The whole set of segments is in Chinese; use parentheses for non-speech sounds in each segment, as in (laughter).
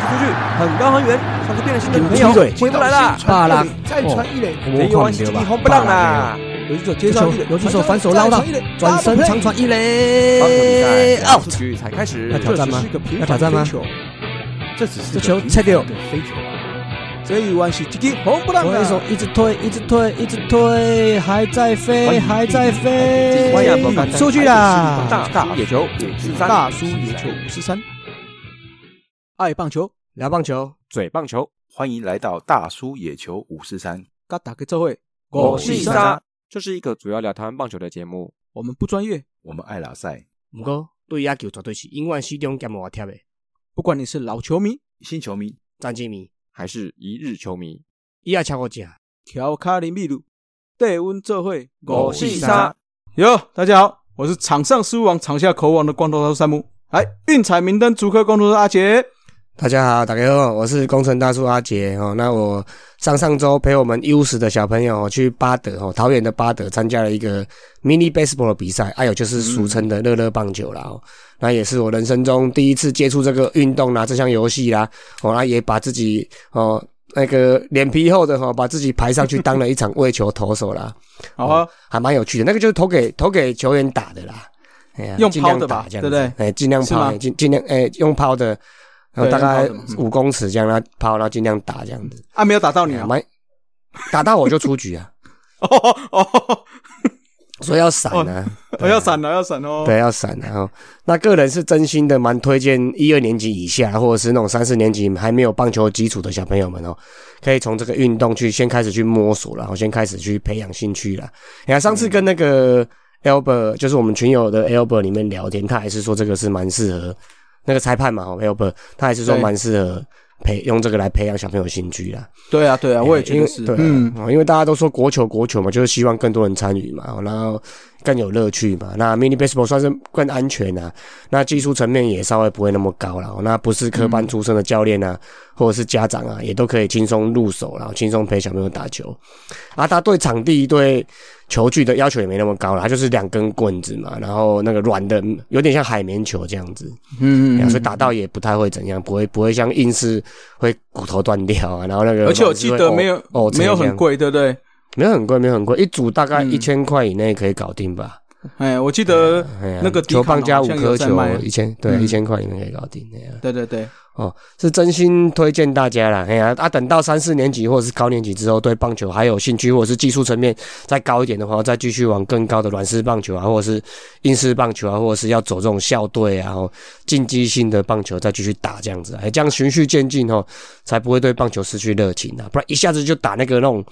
很高很远，上次变了心的朋友丢鸡腿回不来了。巴拉再传一垒，没哦有关系，一红不让啦。游击手接接球球，，游游击击手手反反手手捞捞到到，，转转身身长长传传棒球比一垒赛两哎 out 出。局才开始要，挑战吗？要挑战吗？这只是这球切掉飞球啊！这一弯是吉吉红不让我的一手一直推，一直推，一直推，还在哎飞，还在飞欢迎大，家出去啦！大大野球五四三，大叔野球五十三，爱棒球，聊棒球，嘴棒球，欢迎来到大叔野球五四三，嘎打给这会，我是是沙，这是一个主要聊台湾棒球的节目。我们不专业，我们爱拉赛不过对野球绝对是永远始终兼无贴的。不管你是老球迷、新球迷，詹金明，还是一日球迷，伊也超过啊正。乔卡林秘鲁，对温这会，我是沙，哟，大家好，我是场上失误王、场下口王的光头头山姆，来运彩明灯足科光头头阿杰，大家好，大家好，我是工程大叔阿杰哦。那我上上周陪我们 U 十的小朋友哦去巴德哦，桃园的巴德参加了一个 mini baseball 的比赛，还、有嗯就是俗称的乐乐棒球啦哦。那也是我人生中第一次接触这个运动啦，这项游戏啦哦，那也把自己哦那个脸皮厚的哦，把自己排上去当了一场为球投手啦，好啊，还蛮有趣的。那个就是投给投给球员打的啦，哎呀，用尽量抛的吧打这样子对不？哎，尽量是吗抛，哎尽尽量哎用抛的，然后对大概用抛的嗯五公尺这样，然后抛，然后尽量打这样子。啊，没有打到你哎啊，蛮打到我就出局啊，哦哦，所以要闪啊，我要闪了，要闪哦，对，要闪啊。哦那个人是真心的，蛮推荐一二年级以下，或者是那种三四年级还没有棒球基础的小朋友们哦，可以从这个运动去先开始去摸索啦，然后先开始去培养兴趣啦。你看上嗯次跟那个 Albert，就是我们群友的 Albert 里面聊天，他还是说这个是蛮适合那个裁判嘛，哦 Albert，他还是说对蛮适合培用这个来培养小朋友兴趣啦。对啊，对啊，我也觉因得为是，对啊、嗯，哦因为大家都说国球国球嘛，就是希望更多人参与嘛，哦然后更有乐趣嘛。那 mini baseball 算是更安全啊，那技术层面也稍微不会那么高了。哦那不是科嗯班出身的教练啊，或者是家长啊，也都可以轻松入手啦，然后哦轻松陪小朋友打球。啊，他对场地对球具的要求也没那么高了，他就是两根棍子嘛，然后那个软的，有点像海绵球这样子。嗯对啊嗯，所以打到也不太会怎样，不会不会像硬是会骨头断掉啊，然后那个而且我老是记会得哦没有哦这没有样很贵，对不对？没有很贵，没有很贵，一组大概嗯一千块以内可以搞定吧。哎，我记得，哎呀那个迪球卡侬棒加好五像颗有在球卖，一千对，嗯一千块以内可以搞定。哎呀，对对对， (laughs) 哦，是真心推荐大家啦。哎呀，啊，等到三四年级或者是高年级之后，对棒球还有兴趣，或者是技术层面再高一点的话，再继续往更高的软式棒球啊，或者是硬式棒球啊，或者是要走这种校队啊，哦，竞技性的棒球再继续打这样子啊，哎，这样循序渐进哦，才不会对棒球失去热情啊，不然一下子就打那个那种。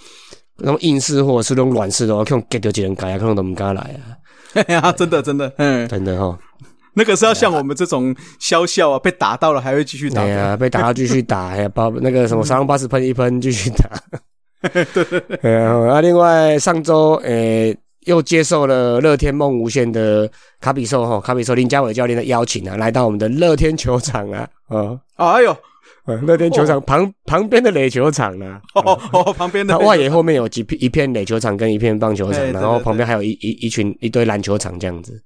那种硬式或者是那种软式的哦，看 get 到几人改啊，看都不敢来啊，嘿嘿啊，真的真的，嗯，真的哈、哦。那个是要像我们这种笑笑啊，被打到了还会继续打嗯哎的，呀，被打到继续 (laughs) 打，哎呀，把那个什么三龙八十喷一喷，继续打。对，然后啊，另外上周诶、又接受了乐天梦无限的卡比兽哈，卡比兽林家伟教练的邀请啊，来到我们的乐天球场啊，啊、哎呦，呃乐天球场旁、旁边的垒球场 (laughs) 呢、啊。哦哦，旁边那的外野后面有几片一片垒球场跟一片棒球场哎，对然后对旁边还有一一一群一堆篮球场这样子，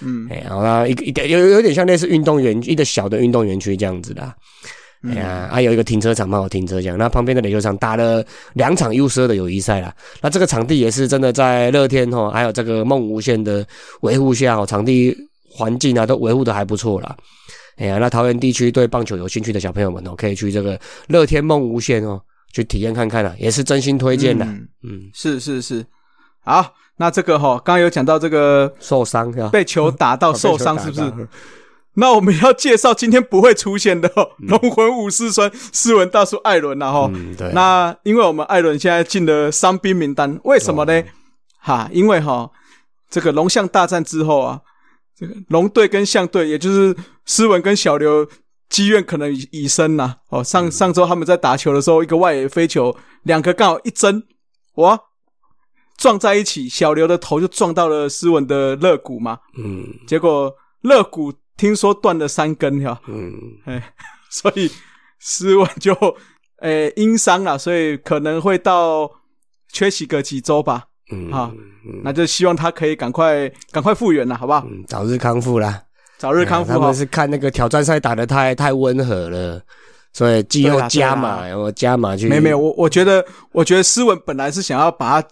嗯，哎，然后它一个一个有有点像类似运动园一个小的运动园区这样子啦。嗯哎呀，还、有一个停车场蛮好停车这样。那旁边的垒球场打了两场 U 十二的友谊赛啦。那这个场地也是真的在乐天哦，还有这个梦无限的维护下哦，场地环境啊都维护的还不错啦。哎呀，那桃园地区对棒球有兴趣的小朋友们哦，可以去这个乐天梦无限哦去体验看看啊，也是真心推荐的。嗯嗯，是是是，好，那这个哈，刚刚有讲到这个受伤是吧？被球打到哦被球受伤，打是不到是？那我们要介绍今天不会出现的哦龙魂武士酸斯文大叔艾伦啊了哈。嗯，对。哦那因为我们艾伦现在进了伤兵名单，为什哦么呢？哈，因为哈，这个龙象大战之后啊，这个龙队跟象队，也就是斯文跟小刘积怨可能已已深呐、哦，上嗯上周他们在打球的时候，一个外野飞球，两个刚好一争，哇，撞在一起，小刘的头就撞到了斯文的肋骨嘛，嗯结果肋骨听说断了三根呀、嗯， (laughs) 所以斯文就呃因伤了，所以可能会到缺席个几周吧。嗯好，那就希望他可以赶快赶快复原了，好不好？嗯，早日康复啦。早日康复啊啊他哈们。是看那个挑战赛打得太太温和了，所以季对后啦加对码，我加码去，没没有，我我觉得，我觉得斯文本来是想要把他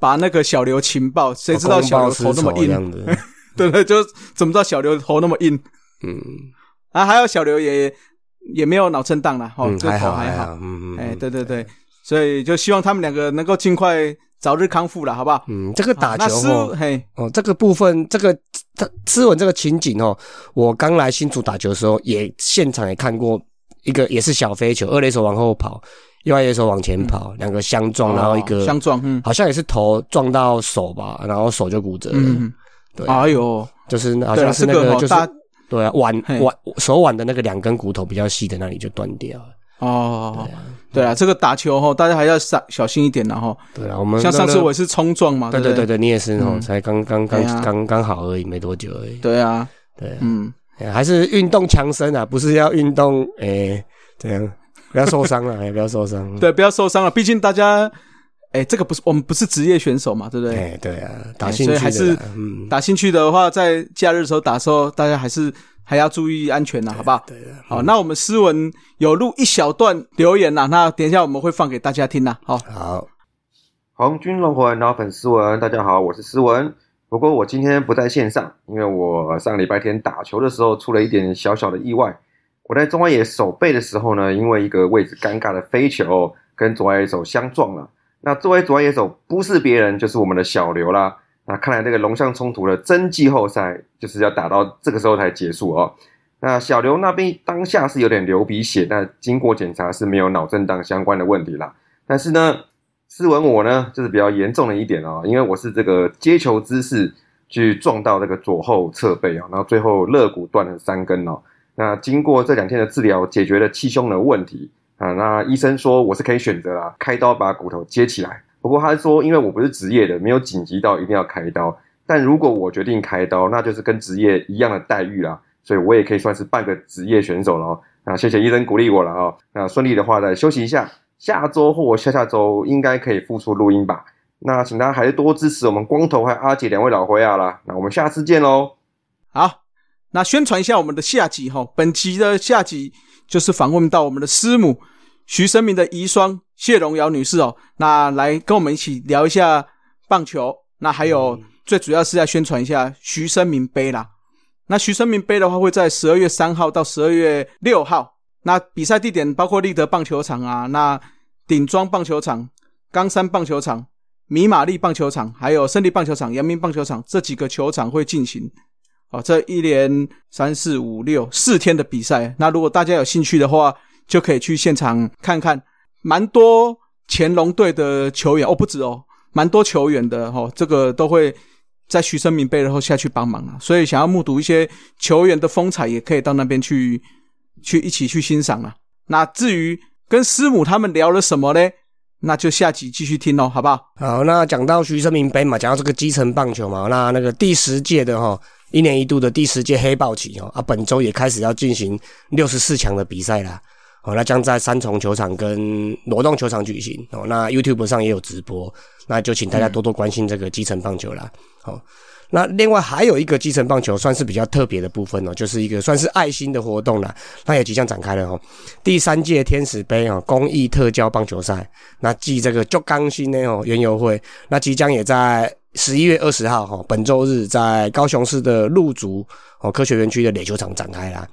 把那个小刘情报，谁知道哦公小报刘私头那么仇这硬，样子，对对，就怎么知道小刘头那么硬嗯啊？还有小刘也也没有脑震荡啦，哦，嗯，这还头好还好，好，嗯嗯，哎，嗯对对对，所以就希望他们两个能够尽快早日康复了，好不好？嗯，这个打啊好那球斯哦嘿，哦，这个部分，这个他斯文这个情景哦，我刚来新竹打球的时候，也现场也看过一个，也是小飞球，二垒手往后跑，右外野手往前跑，两个相撞，然后一嗯哦个相撞，嗯好像也是头撞到手吧，然后手就骨折了，嗯，呃对啊，哎呦，就是好对像了，是这那个个就哦是大对啊，腕嘿腕手腕的那个两根骨头比较细的那里就断掉了，哦，对啊，这个打球哈，大家还要小小心一点啦哈。对啊，我们像上次那个我也是冲撞嘛，对对对不对对对，你也是哦，嗯才刚刚刚对啊刚刚好而已，没多久而已，对啊，对啊。嗯，哎还是运动强身啊，不是要运动诶、哎怎样？不要受伤了，哎，不要受伤。对，不要受伤了，毕竟大家，哎，这个不是我们不是职业选手嘛，对不哎，对？对啊，打哎兴趣的所以啦还是嗯，打进去的话，在假日的时候打的时候，大家还是还要注意安全呐，好不好？对啊，好，那我们诗文有录一小段留言呐，那等一下我们会放给大家听呐。好，好，红军龙魂脑粉思文，大家好，我是思文。不过我今天不在线上，因为我上礼拜天打球的时候出了一点小小的意外。我在中外野守备的时候呢，因为一个位置尴尬的飞球跟左外野手相撞了。那作为左外野手不是别人，就是我们的小刘啦。那看来这个龙象冲突的真季后赛就是要打到这个时候才结束哦。那小刘那边当下是有点流鼻血，那经过检查是没有脑震荡相关的问题啦。但是呢，斯文我呢就是比较严重的一点哦，因为我是这个接球姿势去撞到这个左后侧背啊、哦，然后最后肋骨断了三根哦。那经过这两天的治疗，解决了气胸的问题啊。那医生说我是可以选择啦，开刀把骨头接起来。不过他说，因为我不是职业的，没有紧急到一定要开刀。但如果我决定开刀，那就是跟职业一样的待遇啦，所以我也可以算是半个职业选手了哦。那谢谢医生鼓励我了哦。那顺利的话再休息一下，下周或下下周应该可以复出录音吧。那请大家还是多支持我们光头和阿姐两位老灰啊啦。那我们下次见喽。好，那宣传一下我们的下集哈，本集的下集就是访问到我们的师母徐生明的遗孀谢荣瑶女士哦，那来跟我们一起聊一下棒球，那还有最主要是要宣传一下徐生明杯啦。那徐生明杯的话会在十二月三号到十二月六号，那比赛地点包括立德棒球场啊，那顶庄棒球场、冈山棒球场、米玛丽棒球场，还有胜利棒球场、阳明棒球场这几个球场会进行。哦，这一连三四五六四天的比赛，那如果大家有兴趣的话，就可以去现场看看，蛮多乾隆队的球员哦，不止哦，蛮多球员的哦，这个都会在徐生明杯然后下去帮忙啊，所以想要目睹一些球员的风采，也可以到那边去去一起去欣赏啊。那至于跟师母他们聊了什么呢？那就下集继续听哦，好不好？好，那讲到徐生明杯嘛，讲到这个基层棒球嘛，那那个第十届的哈、一年一度的第十届黑豹旗哦，啊，本周也开始要进行六十四强的比赛啦。哦，那将在三重球场跟罗东球场举行哦。那 YouTube 上也有直播，那就请大家多多关心这个基层棒球啦。哦，那另外还有一个基层棒球算是比较特别的部分哦，就是一个算是爱心的活动啦，那也即将展开了哦。第三届天使杯哦，公益特教棒球赛，那继这个就刚新呢哦园游会，那即将也在十一月二十号哈、哦，本周日在高雄市的陆竹哦科学园区的垒球场展开啦。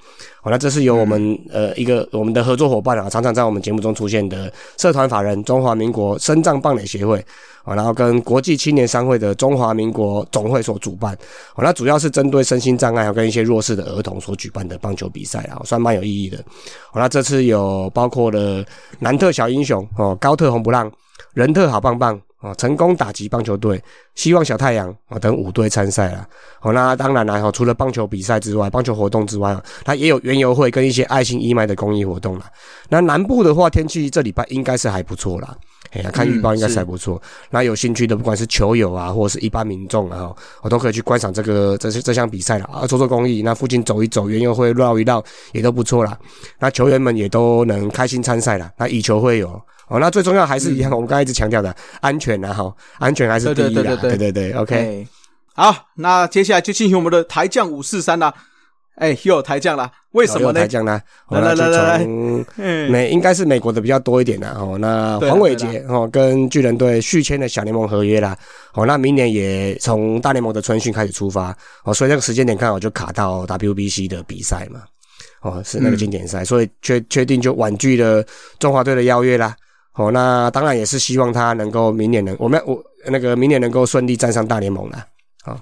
哦，那这是由我们、呃一个我们的合作伙伴啊，常常在我们节目中出现的社团法人中华民国深藏棒垒协会哦，然后跟国际青年商会的中华民国总会所主办。哦，那主要是针对身心障碍还有跟一些弱势的儿童所举办的棒球比赛啊，哦算蛮有意义的。哦，那这次有包括了南特小英雄哦，高特红不让。人特好棒棒哦，成功打击棒球队，希望小太阳哦等五队参赛啦。哦，那当然啦，哦，除了棒球比赛之外，棒球活动之外，哦它也有园游会跟一些爱心义卖的公益活动啦。那南部的话，天气这礼拜应该是还不错啦。哎呀，看预报应该是还不错。那有兴趣的，不管是球友啊，或者是一般民众啊，哦我都可以去观赏这个这这项比赛啦，啊，做做公益。那附近走一走，园游会绕一绕也都不错啦。那球员们也都能开心参赛啦。那以球会友哦，那最重要还嗯是一样，我们刚才一直强调的安全啊，哈，安全还是第一啦。对对对对对对对，OK。哎好，那接下来就进行我们的台将五四三啦。哎，又有台将啦，为什么呢才？讲呢？来哦那来来就来来从嗯，美应该是美国的比较多一点啦。哦，那对啦黄伟对杰哦跟巨人队续签了小联盟合约啦。哦，那明年也从大联盟的春训开始出发哦，所以那个时间点刚好就卡到 WBC 的比赛嘛。哦，是那个嗯经典赛，所以确确定就婉拒了中华队的邀约啦。哦，那当然也是希望他能够明年能我们我那个明年能够顺利站上大联盟啦。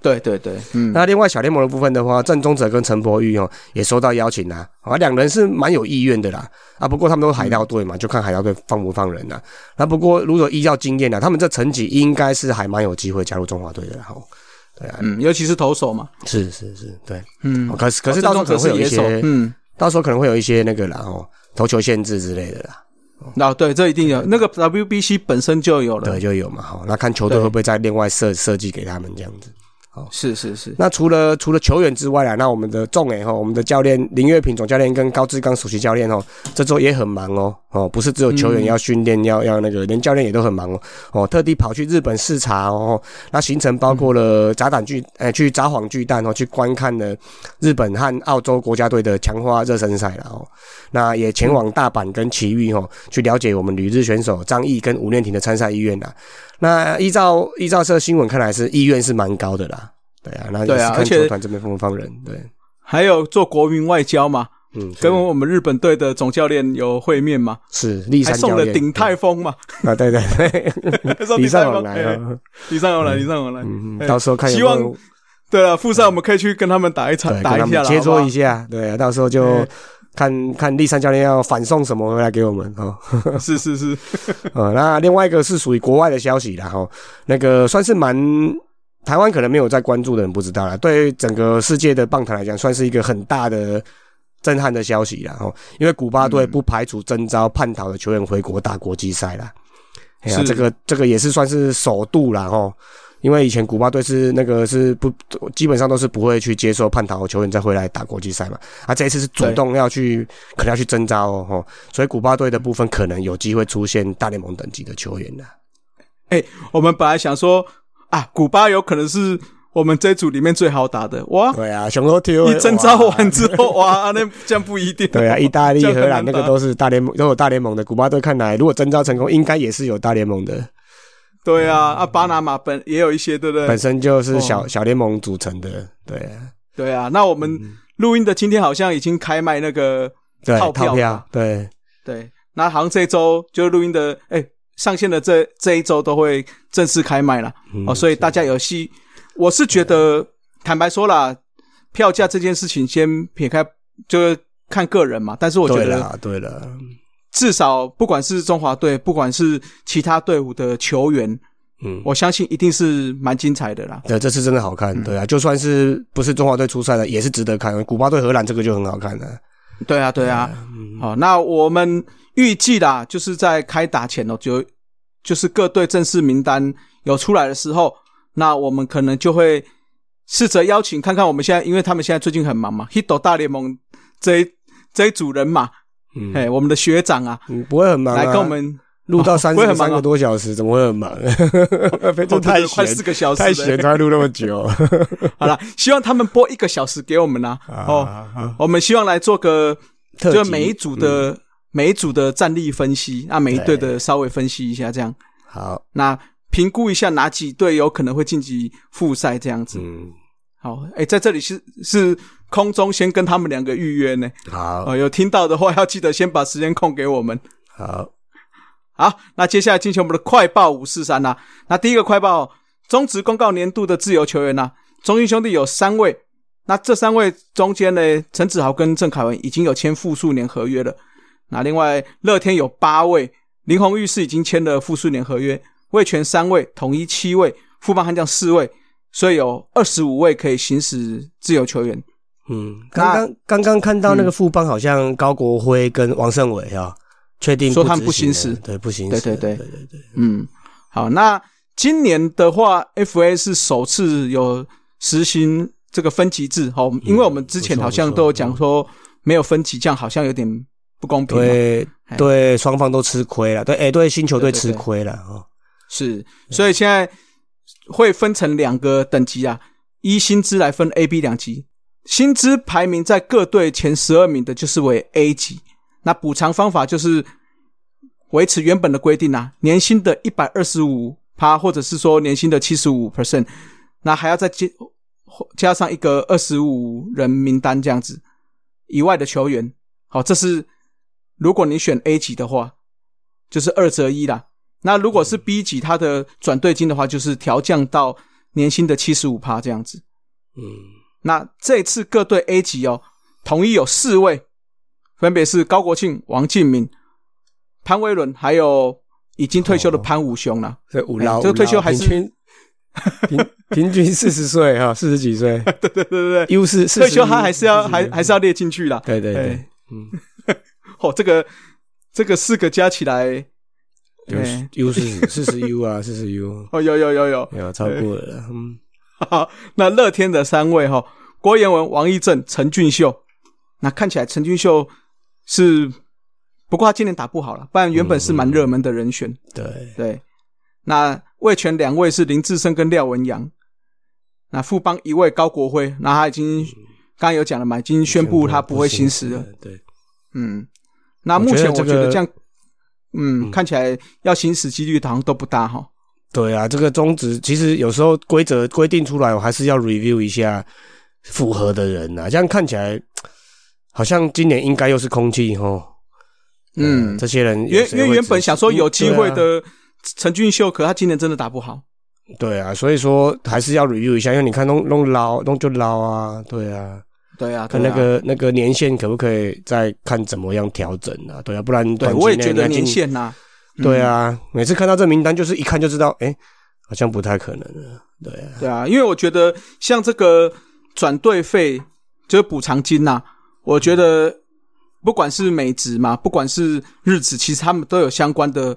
对对对，嗯，那另外小联盟的部分的话，郑宗哲跟陈柏宇哦也收到邀请啦，啊，两人是蛮有意愿的啦，啊，不过他们都是海盗队嗯嘛，就看海盗队放不放人啦。那不过如果依照经验啊呢，他们这成绩应该是还蛮有机会加入中华队的啦。哦，嗯，尤其是投手嘛，是是是，对。嗯哦，可是可是哦郑到时候宗可能哲会是有野一手些，嗯，到时候可能会有一些那个啦，哦，投球限制之类的啦，那对，这一定有，那个 WBC 本身就有了对，，就有嘛。好，那看球队嗯对会不会再另外设设计给他们这样子。是是是，那除了除了球员之外啦，那我们的众哎哈，我们的教练林月平总教练跟高志刚首席教练哦，这周也很忙哦哦，不是只有球员要训练、要要那个，连教练也都很忙哦哦，特地跑去日本视察哦，那行程包括了砸胆巨哎去砸幌巨蛋哦，去观看了日本和澳洲国家队的强化热身赛了哦，那也前往大阪跟埼玉哦，去了解我们旅日选手张毅跟吴念婷的参赛意愿啦。那依照依照这个新闻看来是意愿是蛮高的啦。对啊，那对也啊是而看且球团这边放不放人，对，还有做国民外交嘛，嗯，跟我们日本队的总教练有会面嘛，是立还山送教了练鼎泰丰嘛， (laughs) 啊，对对 (laughs) 对，还送礼鼎泰尚往丰，来哎啊，礼尚往来，礼尚往来，嗯，哎到时候看有希没有望对了，附上我们可以去跟他们打一场，对打跟他一下们啦，切好磋不好一下，对啊，到时候就哎看看立山教练要反送什么回来给我们哦。是是是，呃，那另外一个是属于国外的消息啦，哦哈，那个算是蛮台湾可能没有在关注的人不知道啦，对于整个世界的棒坛来讲，算是一个很大的震撼的消息啦，哈，因为古巴队不排除征召叛逃的球员回国打国际赛啦，哎呀，是这个这个也是算是首度啦，哈。因为以前古巴队是那个是不基本上都是不会去接受叛逃球员再回来打国际赛嘛，啊，这一次是主对动要去可能要去征召哦，吼，所以古巴队的部分可能有机会出现大联盟等级的球员啦。我们本来想说啊，古巴有可能是我们这组里面最好打的，哇， (laughs) 对啊，熊头丢 (laughs) 一征召完之后，哇，那这样不一定，对啊，意 (laughs) 大利、这样荷很兰难那个打都是大联盟都有大联盟的。古巴队看来，如果征召成功，应该也是有大联盟的，对啊，啊，巴拿马本也有一些，对不本对？身就是小哦小联盟组成的。对啊，对啊，那我们嗯录音的今天好像已经开卖那个对，套套票票，对，对，那好像这周就录音的，哎、上线的这这一周都会正式开卖了、嗯哦，所以大家有戏，我是觉得坦白说啦，票价这件事情先撇开，就是看个人嘛。但是我觉对得了，对了，至少不管是中华队，不管是其他队伍的球员，嗯，我相信一定是蛮精彩的啦。对，这次真的好看，嗯对啊，就算是不是中华队出赛了，也是值得看。古巴对荷兰这个就很好看了，对啊，对啊。嗯好、那我们预计啦，就是在开打前哦，就就是各队正式名单有出来的时候，那我们可能就会试着邀请看看我们现在，因为他们现在最近很忙嘛，Hito 大联盟这一这一组人马，嗯哎、我们的学长啊，嗯，不会很忙啊，来跟我们录到哦三不会十很忙三啊个多小时，怎么会很 (laughs) 忙？ (laughs) 哦这对太对快四闲，个小时太了闲，才会录那么久。好了，希望他们播一个小时给我们啦、 (laughs) 哦，哦，我们希望来做个，特就辑嗯每一组的、每一组的战力分析，啊，每一对队的稍微分析一下这样。 (laughs) 好，那评估一下哪几队有可能会晋级复赛这样子。嗯，好，哎、在这里是是空中先跟他们两个预约呢。好，哦，有听到的话要记得先把时间空给我们。好，好，那接下来进行我们的快报五四三啦。那第一个快报，中职公告年度的自由球员呐、啊中信兄弟有三位。那这三位中间呢，陈子豪跟郑凯文已经有签复数年合约了。那另外乐天有八位，林鸿玉是已经签了复数年合约，味全三位，统一七位，富邦悍将四位，所以有二十五位可以行使自由球员。嗯，那刚刚刚刚看到那个副帮好像高国辉跟王胜伟啊，确定说他们不不执行行使了对，不行对使，对对对对对，嗯，好，那今年的话，FA 是首次有实行这个分级制，好，因为我们之前好像都有讲说没有分级，这样好像有点不公平嘛。对哎对，双方都吃亏了，对，哎，对，新球队对对吃对亏了哦，是，所以现在会分成两个等级啊，依薪资来分 A、B 两级。薪资排名在各队前十二名的，就是为 A 级。那补偿方法就是维持原本的规定啊，年薪的一百二十五趴，或者是说年薪的七十五 percent，那还要再加加上一个二十五人名单这样子以外的球员。好，这是如果你选 A 级的话，就是二择一啦。那如果是 B 级，它的转队金的话，就是调降到年薪的七十五趴这样子。嗯，那这次各队 A 级哦，统一有四位，分别是高国庆、王敬敏、潘威伦，还有已经退休的潘武雄啦。所以五老哎五这个退休老还是平均 (laughs) 平平均四十岁哈，四十几岁 (laughs) (laughs) 对对对对对， ，U 是退休他还是要还还是要要列进去啦。对对对哎，嗯哦，这个这个四个加起来，哎，U 四十四十 (laughs) U 啊，四十 U 哦，有有有有，有超过了啦，嗯，好， (laughs) 那乐天的三位哈、郭彦文、王义正、陈俊秀。那看起来陈俊秀是，不过他今年打不好了，不然原本是蛮热门的人选。对，对，那魏权两位是林志胜跟廖文阳，那富邦一位高国辉，那他已经刚刚有讲了嘛，已经宣布他不会行使了。，对，嗯，那目前我我觉觉得这个得这样，嗯，看起来要行使几率好像都不大哈。对啊，这个宗旨其实有时候规则规定出来，我还是要 review 一下符合的人呐、啊。这样看起来，好像今年应该又是空气吼。啊嗯这些人有原谁因会为原本执想说有机会嗯对啊的陈俊秀，可他今年真的打不好。对啊，所以说还是要 review 一下，因为你看弄弄捞弄就捞啊，对啊，对啊，看对那啊个、那个年限可不可以再看怎么样调整啊？对啊，不然对，短我也期内觉得人家年进限呐、嗯对啊，每次看到这名单，就是一看就知道，哎、好像不太可能了。对啊，对啊，因为我觉得像这个转队费就是补偿金呐、啊我觉得不管是美职嘛，不管是日职，其实他们都有相关的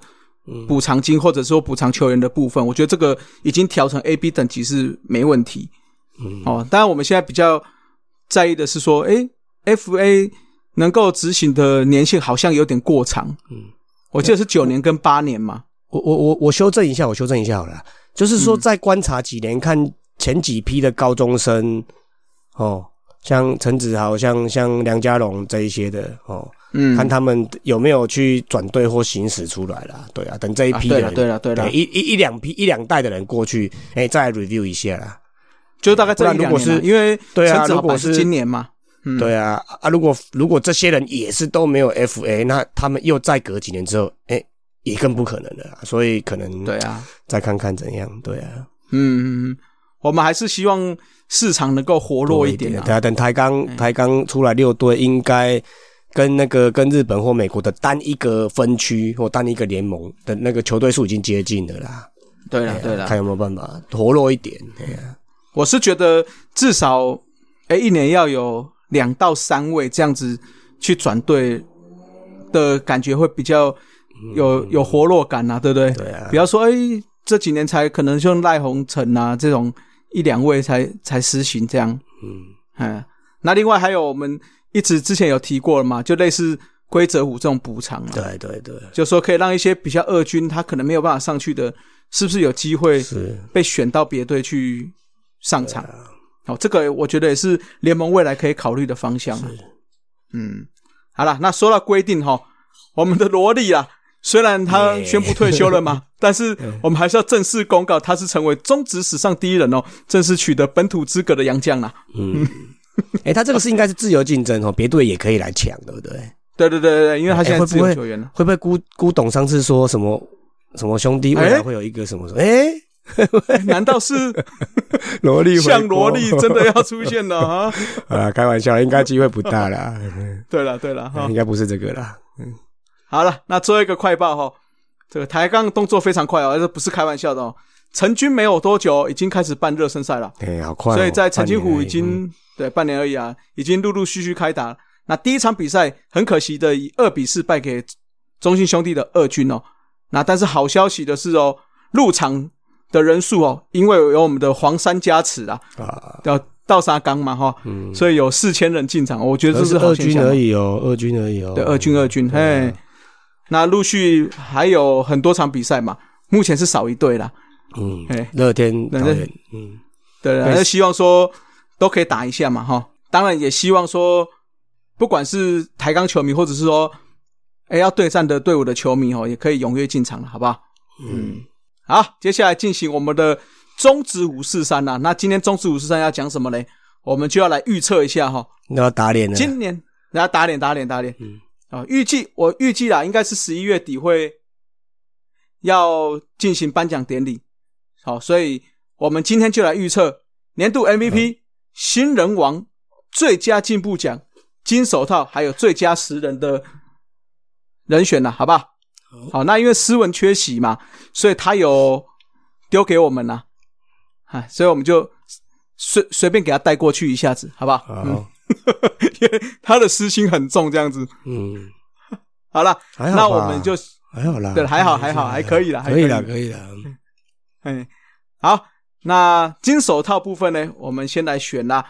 嗯补偿金或者说补偿球员的部分。我觉得这个已经调成 A、B 等级是没问题。嗯哦，当然我们现在比较在意的是说，诶 f a 能够执行的年限好像有点过长。嗯，我记得是九年跟八年嘛。我我我我修正一下，我修正一下好了啦，就是嗯说再观察几年，看前几批的高中生，哦，像陈子豪、像像梁家荣这一些的，哦，嗯，看他们有没有去转队或行驶出来啦。对啊，等这一批啊人，对啦对啦对啦一一一两批一两代的人过去，哎、再来 review 一下啦。就大概这一两不然如年果啊，是因为对啊陈子如豪果本来是是今年嘛。嗯对啊，啊，如果如果这些人也是都没有 FA，那他们又再隔几年之后，哎、也更不可能了啦。所以可能对啊，再看看怎样。对啊，嗯，嗯嗯我们还是希望市场能够活络一点对啊。啊，等台钢台钢出来六队，应该跟那个跟日本或美国的单一个分区或单一个联盟的那个球队数已经接近了啦。对哎了呀对嗯了看，有没有办法活络一点。哎呀我是觉得至少哎、一年要有两到三位这样子去转队的感觉会比较有有活络感啊，对不对？嗯对啊不要说哎、这几年才可能像赖鸿成啊这种一两位才才实行这样。嗯，嗯，那另外还有我们一直之前有提过了嘛，就类似规则五这种补偿啊。对对对，就说可以让一些比较二军他可能没有办法上去的，是不是有机会是被选到别队去上场？啊哦，这个我觉得也是联盟未来可以考虑的方向啊。嗯，好了，那说到规定哈、我们的罗莉啦，虽然他耶嗯宣布退休了 (laughs) 嘛，但是我们还是要正式公告，他是成为中职史上第一人哦，正式取得本土资格的洋将啊啦。嗯。哎、他这个是应该是自由竞争哦，别队也可以来抢，对不对？对对对对对，因为他哎现在会不是自由会球员了。会不会孤孤董上次说什么什么兄弟未来哎会有一个什么什么？哎、难 (laughs) 道是萝莉回像国罗莉真的要出现了啊？ (laughs) (laughs) 啊？开玩笑，应该机会不大啦，对了对了哈，应该不是这个啦。好了，那最后一个快报哈、这个抬杠动作非常快哦，这不是开玩笑的哦。陈军没有多久已经开始办热身赛了，哎、好快、哦！所以在陈金半年湖而已嗯已经、对半年而已啊，已经陆陆续续开打了。那第一场比赛很可惜的以二比四败给中信兄弟的二军哦。那但是好消息的是哦，入场的人数哦，因为有我们的黄山加持啊，嗯啊，要倒沙冈嘛哈、嗯，所以有四千人进场，我觉得可这是好二现军象哦而已哦，二军而已哦，啊对，二军二军，嘿，那陆续还有很多场比赛嘛，目前是少一队啦，嗯哎，乐天那桃园，嗯，对，啊对那希望说都可以打一下嘛，哈，当然也希望说，不管是台钢球迷，或者是说，哎、要对战的队伍的球迷哦，也可以踊跃进场了，好不好？嗯，好，接下来进行我们的中指五四三呐。那今天中指五四三要讲什么嘞？我们就要来预测一下哈，那要打脸了。今年大家打脸打脸打脸，嗯啊，预计我预计啦，应该是十一月底会要进行颁奖典礼，好，所以我们今天就来预测年度 MVP、新嗯人王、最佳进步奖、金手套，还有最佳十人的人选啦，好不好？好，那因为斯文缺席嘛，所以他有丢给我们啦，啊，所以我们就随随便给他带过去一下子，好不好？嗯。好， (laughs) 因为他的私心很重，这样子。嗯，好了，还好吧那我们就还好啦，对还好还好还可以啦还可以啦，可可以啦。嗯哎，好，那金手套部分呢，我们先来选啦。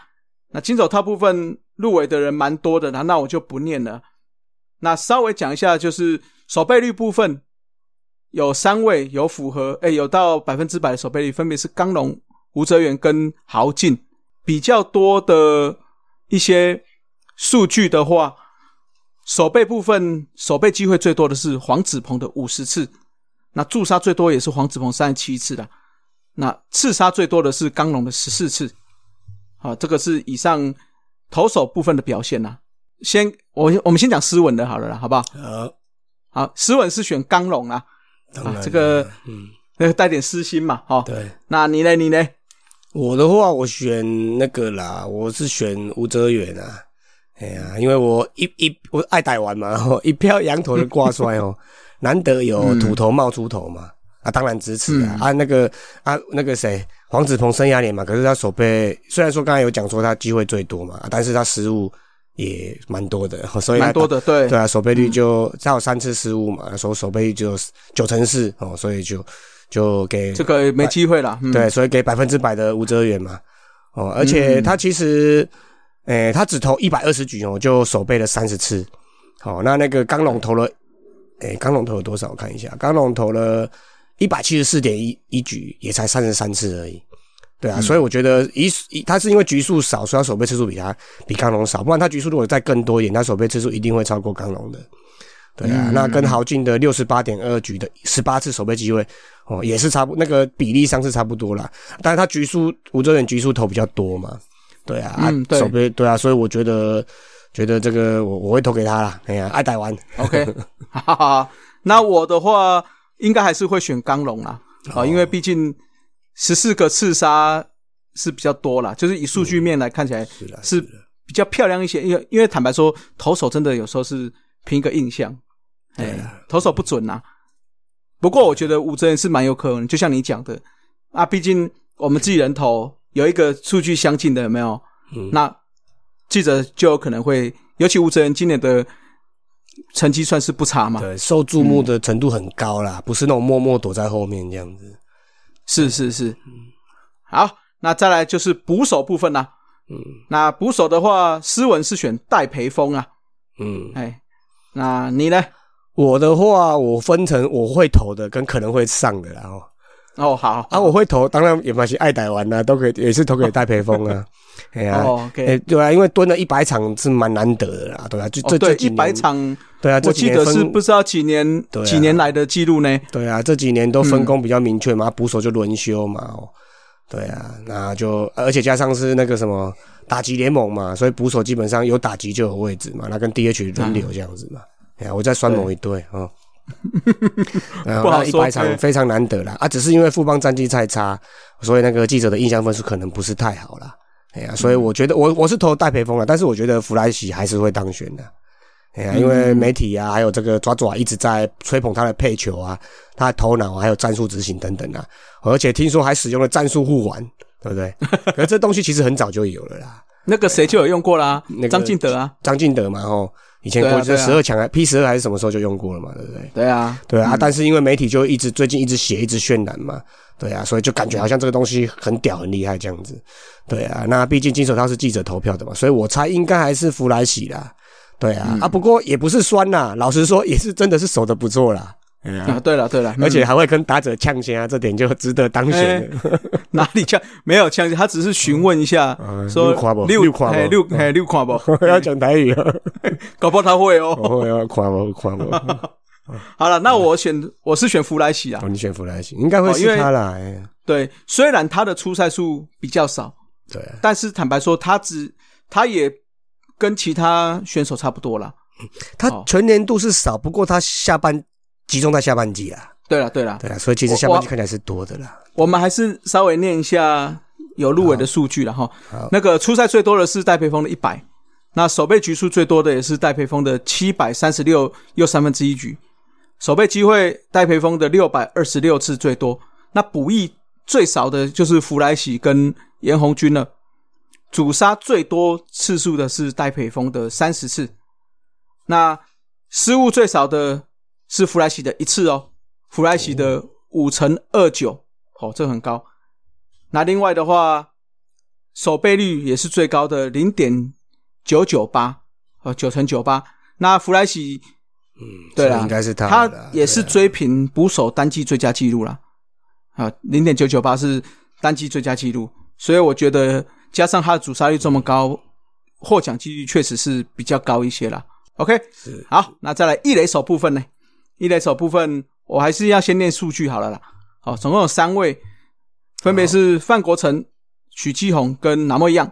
那金手套部分入围的人蛮多的啦，那我就不念了。那稍微讲一下，就是守备率部分，有三位有符合，哎，有到百分之百的守备率，分别是刚龙、吴哲源跟豪进。比较多的一些数据的话，守备部分守备机会最多的是黄子鹏的五十次，那驻杀最多也是黄子鹏三十七次的，那刺杀最多的是刚龙的十四次。好，这个是以上投手部分的表现啦。先我我们先讲斯文的好了啦，好不好？好，好，斯文是选刚龙啊，当啊然，这个嗯，那个带点私心嘛，哈、哦。对。那你呢？你呢？我的话，我选那个啦，我是选吴哲远啊。哎呀，因为我一一我爱台湾嘛， (laughs) 吼一票羊头的挂帅 (laughs) 哦，难得有土头冒出头嘛。啊，当然支持啊！嗯啊，那个啊，那个谁，黄子鹏生涯年嘛，可是他手背虽然说刚才有讲说他机会最多嘛，啊但是他失误也蛮多的， (laughs) 所以他蛮多的，对嗯对啊，守备率就他有三次失误嘛，所以守备率就九成四哦，所以就就给这个没机会了。嗯、对，，所以给百分之百的吴哲源嘛。哦，而且他其实，诶、他只投一百二十局哦，就守备了三十次。好、那那个刚龙投了，诶、刚龙投了多少？我看一下，刚龙投了一百七十四点一一局，也才三十三次而已。对嗯啊，所以我觉得以以他是因为局数少，所以他守备次数比他比刚龙少，不然他局数如果再更多一点，他守备次数一定会超过刚龙的。对啊，那嗯跟豪进的六十八点二局的十八次守备机会，哦，也是差不那个比例上是差不多啦。但是他局数吴哲远局数投比较多嘛，对啊，啊嗯对守备对啊，所以我觉得觉得这个我我会投给他啦。哎呀、爱台湾 OK，哈 (laughs) 哈哈。那我的话应该还是会选刚龙啦，哦啊、因为毕竟十四个刺杀是比较多啦，就是以数据面来看起来啦是比较漂亮一些。因为因为坦白说，投手真的有时候是凭一个印象，哎、投手不准呐、不过我觉得吴哲源是蛮有可能，就像你讲的啊，毕竟我们自己人投有一个数据相近的，有没有？嗯那记者就有可能会，尤其吴哲源今年的成绩算是不差嘛，嗯对受注目的程度很高啦，不是那种默默躲在后面这样子。是是是。好，那再来就是捕手部分啦、嗯那捕手的话，斯文是选戴培峰啊，嗯，哎，那你呢？我的话我分成我会投的跟可能会上的啦哦。哦，好啊，我会投，当然也蛮是爱台湾啊啦、都可以也是投给戴培峰 (laughs) 啊。哎呀、哦，OK 哎对啊，因为蹲了一百场是蛮难得的啦，对啊，就这、哦，对这，几一年百，场，对啊，这我几记年得分是不知道几年、对啊几年来的记录呢？对啊，这几年都嗯分工比较明确嘛，捕手就轮休嘛，哦，对啊，那就而且加上是那个什么打击联盟嘛，所以捕手基本上有打击就有位置嘛，那跟 DH 轮流这样子嘛。嗯哎呀，我再酸某一队哦。然不后 (laughs) 好那一说百场对非常难得啦，啊，只是因为富邦战绩太差，所以那个记者的印象分数可能不是太好啦。哎呀，嗯所以我觉得我我是投戴培峰了，但是我觉得弗莱喜还是会当选的。哎呀，因嗯为媒体啊，还有这个爪爪一直在吹捧他的配球啊，他的头脑啊还有战术执行等等啊，而且听说还使用了战术护腕，对不 (laughs) 对？可是这东西其实很早就有了啦，那个谁就有用过啦那个，张敬德啊，张敬德嘛吼，以前对啊国际对啊十二强还 P 十二还是什么时候就用过了嘛，对不对？对啊，对啊，但是因为媒体就一直最近一直写，一直渲染嘛，对啊，所以就感觉好像这个东西很屌、很厉害这样子，对啊。那毕竟金手套是记者投票的嘛，所以我猜应该还是嗯弗莱喜啦，对啊，啊，不过也不是酸啦，老实说也是真的是守的不错啦，哎啊，呀，对了对了，而且嗯哎还会跟打者呛声啊，这点就值得当选了。哪里呛没有呛，他只是询问一下嗯，说六看不六六看不哦嘿六嘿六 (laughs) 看不，要讲台语啊，搞不好他会哦。我要夸我夸我， (laughs) 好了，那我选我是选弗莱奇啊哦，，你选弗莱西，应该会哦因为是他啦。哎对，虽然他的出赛数比较少，对啊，但是坦白说，他只他也跟其他选手差不多啦。他哦全年度是少，不过他下半集中在下半季啦。对了对了，对啦，啊所以其实我下半我季看起来是多的啦。我们还是稍微念一下有入围的数据了哈好。那个出赛最多的是戴培峰的一百，那守备局数最多的也是戴培峰的七百三十六又三分之一局，守备机会戴培峰的六百二十六次最多。那补役最少的就是弗莱喜跟严红军了，主杀最多次数的是戴培峰的三十次，那失误最少的是弗莱喜的一次哦，弗莱喜的五乘二九，哦，这很高。那另外的话，守备率也是最高的零点九九八，呃，九乘九八。那弗莱喜嗯，所对以啦，应该是他他的啦也对是啊追平捕手单季最佳纪录啦。啊，零点九九八是单季最佳纪录，所以我觉得加上他的主杀率这么高，获奖几率确实是比较高一些啦。OK，是好，那再来一垒手部分呢？一垒手部分，我还是要先念数据好了啦。好，总共有三位，分别是范国成、许继宏跟南莫一样。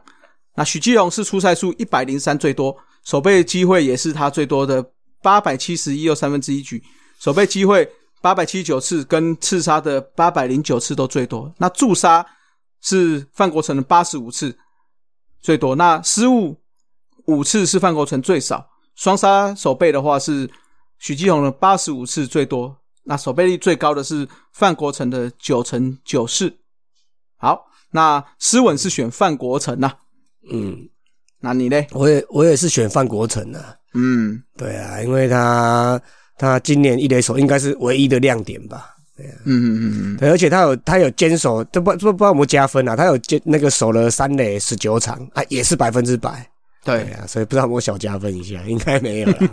那许继宏是出赛数一百零三最多，守备机会也是他最多的八百七十一又三分之一局，守备机会八百七十九次跟刺杀的八百零九次都最多。那助杀是范国成的八十五次最多，那失误五次是范国成最少。双杀守备的话是许继宏的八十五次最多，那守备率最高的是范国成的九乘九四。好，那诗文是选范国成呐、嗯，那你嘞？我也我也是选范国成啊。嗯，对啊，因为他他今年一垒手应该是唯一的亮点吧。嗯嗯嗯嗯，对，而且他有他有坚守，这不不不知道有没有加分啊？他有坚那个守了三垒十九场啊，也是百分之百。对对，啊，所以不知道有没有小加分一下， (laughs) 应该没有啦。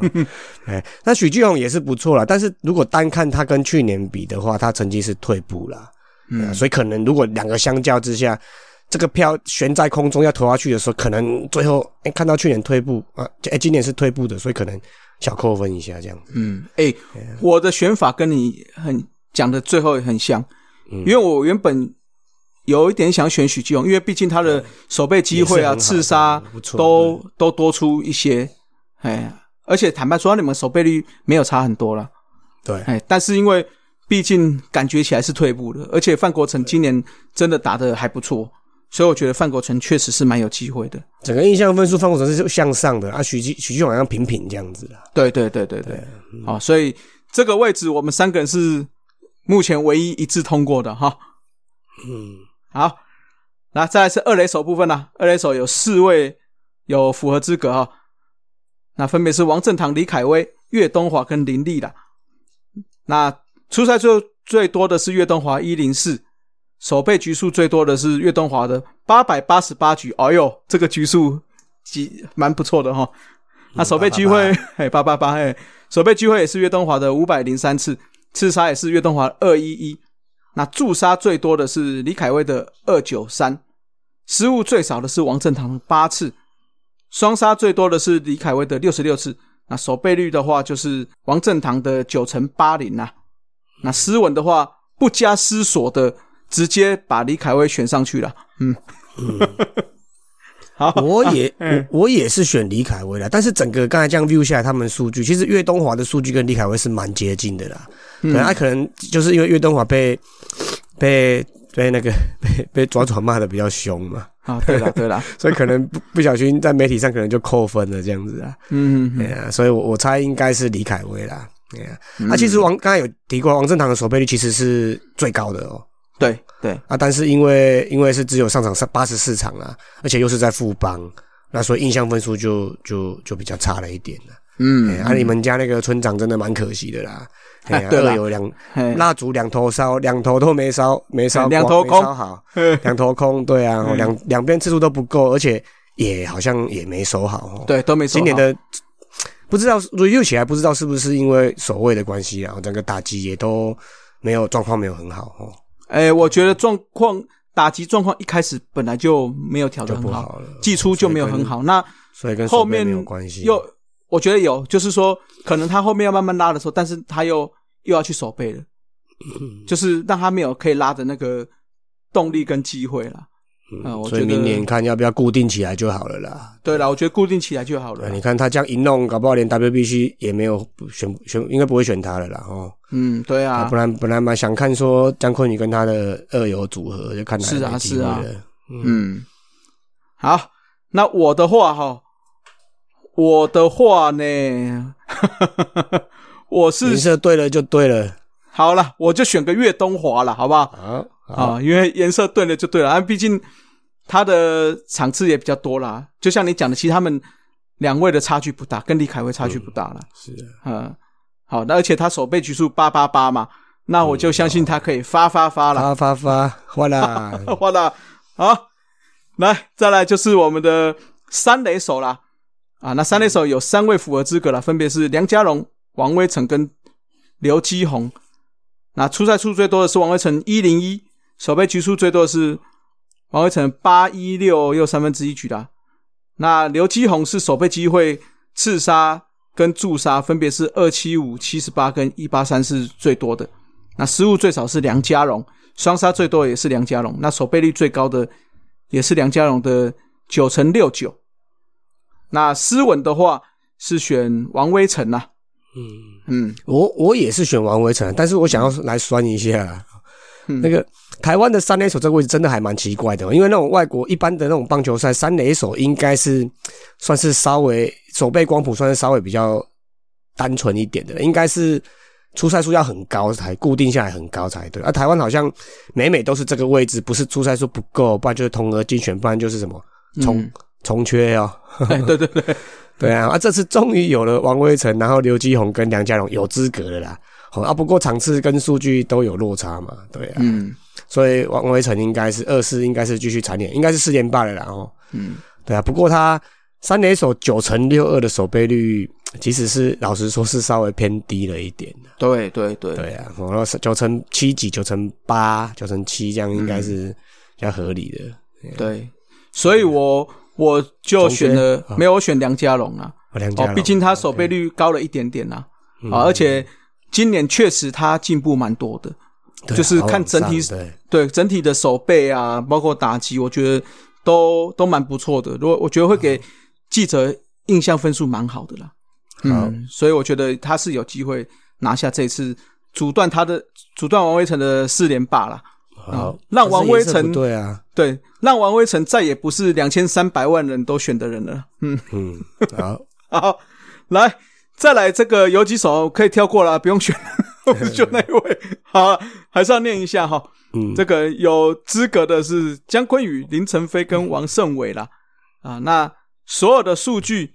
哎，那许继宏也是不错啦，但是如果单看他跟去年比的话，他成绩是退步啦。对啊，嗯，所以可能如果两个相较之下，这个票悬在空中要投下去的时候，可能最后、哎看到去年退步啊，哎、今年是退步的，所以可能小扣分一下这样子。嗯，哎、我的选法跟你很讲的最后也很像，嗯因为我原本有一点想选许继宏，因为毕竟他的守备机会也啊、是很好刺杀对不错都都多出一些，哎，而且坦白说，你们守备率没有差很多了，对，哎，但是因为毕竟感觉起来是退步了，而且范国成今年真的打的还不错，所以我觉得范国成确实是蛮有机会的。整个印象分数范国成是向上的啊，许继许继宏好像平平这样子啦。对对对对对，好、所以这个位置我们三个人是目前唯一一致通过的哈。嗯，好，那再来是二垒手部分啦、二垒手有四位有符合资格哈、那分别是王振堂、李凯威、岳东华跟林立啦。那出赛最最多的是岳东华一零四，守备局数最多的是岳东华的八百八十八局。哎呦，这个局数几蛮不错的哈、那守备机会，嘿八八八，嘿，守备机会也是岳东华的五百零三次，刺杀也是岳东华二一一，那助杀最多的是李凯威的二九三，失误最少的是王振堂的八次，双杀最多的是李凯威的六十六次，那守备率的话就是王振堂的九乘八零啊，那斯文的话不加思索的直接把李凯威选上去了，嗯，好， (laughs) 我也、我我也是选李凯威啦，但是整个刚才这样 view 下来，他们数据其实岳东华的数据跟李凯威是蛮接近的啦。本来、可能就是因为岳东华被被被那个 (laughs) 被被爪爪骂的比较凶嘛，啊，对了对了，所以可能不不小心在媒体上可能就扣分了这样子啊。嗯，对啊，所以我我猜应该是李凯威啦。对啊，那、其实王刚才有提过，王振堂的守备率其实是最高的哦。对对，啊，但是因为因为是只有上场上八十四场啊，而且又是在副帮，那所以印象分数就就就比较差了一点了、嗯哎，啊，你们家那个村长真的蛮可惜的 (laughs) 啦。哎呀、对啦二有两嘿蜡烛两头烧，两头都没烧，没烧哎光，两头没空嗯烧 (laughs) 好，两头空，对啊，哦两两边次数都不够，而且也好像也没守好。哦，对，都没收今好。年的不知道 review 起来不知道是不是因为守卫的关系啊，整个打击也都没有状况没有很好哦，哎、我觉得状况打击状况一开始本来就没有调就得不很好，好了，季初就没有很好，那所以跟后守备面没有关系。又我觉得有，就是说可能他后面要慢慢拉的时候，但是他又又要去守备了，嗯就是让他没有可以拉的那个动力跟机会啦。嗯我所以觉得明年看要不要固定起来就好了啦。对啦，我觉得固定起来就好了对，啦。你看他这样一弄，搞不好连 WBC 也没有选选，应该不会选他了啦哦。嗯，对啊，啊不，然本来嘛想看说张坤宇跟他的二友组合，就看哪是啊有机会是啊了嗯，好，那我的话哈，我的话呢， (laughs) 我银是色对了就对了。好了，我就选个岳东华了，好不好？好，好，啊，因为颜色对了就对了，啊，毕竟他的场次也比较多啦。就像你讲的，其实他们两位的差距不大，跟李凯威差距不大啦。是啊嗯，好，那而且他守备局数八八八嘛，那我就相信他可以发发发啦。啊发发发，换 (laughs) 啦，好啦，好，来再来就是我们的三垒手啦。啊，那三垒手有三位符合资格了，分别是梁家荣、王威成跟刘基宏。那出赛数最多的是王威成一零一，守备局数最多的是王威成八一六又三分之一局啦。那刘基宏是守备机会、刺杀跟助杀分别是二七五、七十八跟一八三是最多的。那失误最少是梁家荣，双杀最多的也是梁家荣，那守备率最高的也是梁家荣的九乘六九。那斯文的话是选王威成啊呐、嗯。嗯，我我也是选王维成，但是我想要来酸一下、嗯那个台湾的三垒手这个位置真的还蛮奇怪的哦，因为那种外国一般的那种棒球赛，三垒手应该是算是稍微手背光谱算是稍微比较单纯一点的，应该是出赛数要很高才固定下来很高才对。而、台湾好像每每都是这个位置，不是出赛数不够，不然就是同额竞选，不然就是什么重嗯重缺哦。哎对对对，对啊，啊，这次终于有了王威成，然后刘基宏跟梁家荣有资格了啦。好、啊，不过场次跟数据都有落差嘛，对啊，嗯所以王威成应该是二四，应该是继续蝉联，应该是四连败了啦。哦，嗯对啊，不过他三垒手九乘六二的守备率，其实是老实说是稍微偏低了一点。对对对，对啊，哦然后九乘七几、九乘八、九乘七这样应该嗯是比较合理的。对，所以我我就选了重缺，啊没有我选梁家荣啊，哦，梁家哦荣，，毕竟他守备率高了一点点呐、啊，嗯而且今年确实他进步蛮多的，对啊就是好往看整体上对。对整体的守备啊，包括打击，我觉得都都蛮不错的。如果我觉得会给记者印象分数蛮好的啦。嗯，所以我觉得他是有机会拿下这次阻断他的阻断王威成的四连霸啦。好嗯，让王可是威也是成不对啊，对，让王威成再也不是两千三百万人都选的人了。嗯，嗯， (laughs) 好，好，来再来这个有几首可以跳过啦，不用 (laughs) 选，就那一位。好，还是要念一下哈。嗯，这个有资格的是姜昆宇、林晨飞跟王胜伟啦。啊，那所有的数据，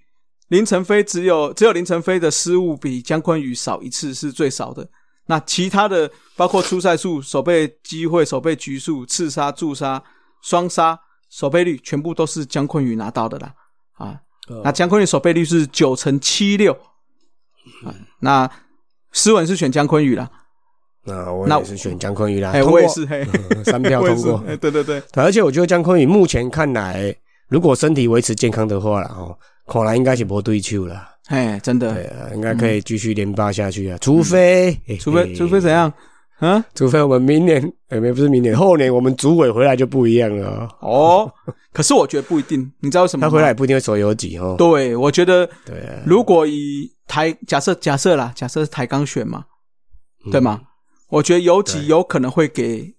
林晨飞只有只有林晨飞的失误比姜昆宇少一次是最少的。那其他的包括出赛数、守备机会、守备局数、刺杀、助杀、双杀、守备率，全部都是姜昆宇拿到的啦。啊，哦那姜昆宇守备率是九乘七六。啊嗯那斯文是选姜昆宇啦，那我那也是选姜昆宇啦，哎、通我过也是，嘿，嗯三票 (laughs) 我也通是过。哎对对对，对而且我觉得姜昆宇目前看来，如果身体维持健康的话啦，哦，恐来应该是不对手啦，哎，真的，对啊，应该可以继续连霸下去啊，除非，嘿嗯除非嘿除非怎样？嗯，除非我们明年，哎，没不是明年，后年我们组委回来就不一样了哦，哦， (laughs) 可是我觉得不一定，你知道为什他 (laughs) 么吗？回来也不一定会手游几哦，嗯对，我觉得对啊，如果以台假设假设啦，假设是台钢选嘛，嗯对？吗？我觉得游对击有可能会给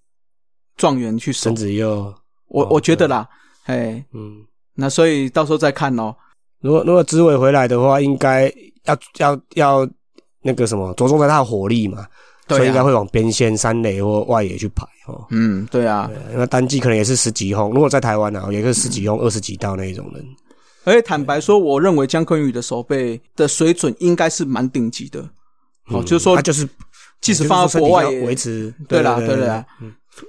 状元去守孙，子佑，我哦我觉得对啦，哎，嗯，那所以到时候再看哦。如果如果紫伟回来的话，应该要要要那个什么，着重在他的火力嘛，对啊所以应该会往边线、三垒或外野去排哦。嗯，对啊对，啊，那单季可能也是十几轰，如果在台湾啊，也是十几轰、二十几道那一种人。而且坦白说，我认为姜昆宇的手背的水准应该是蛮顶级的。哦，嗯就是说他，就是即使放到就是说国外身体也要维持，对啦，对嗯对啦，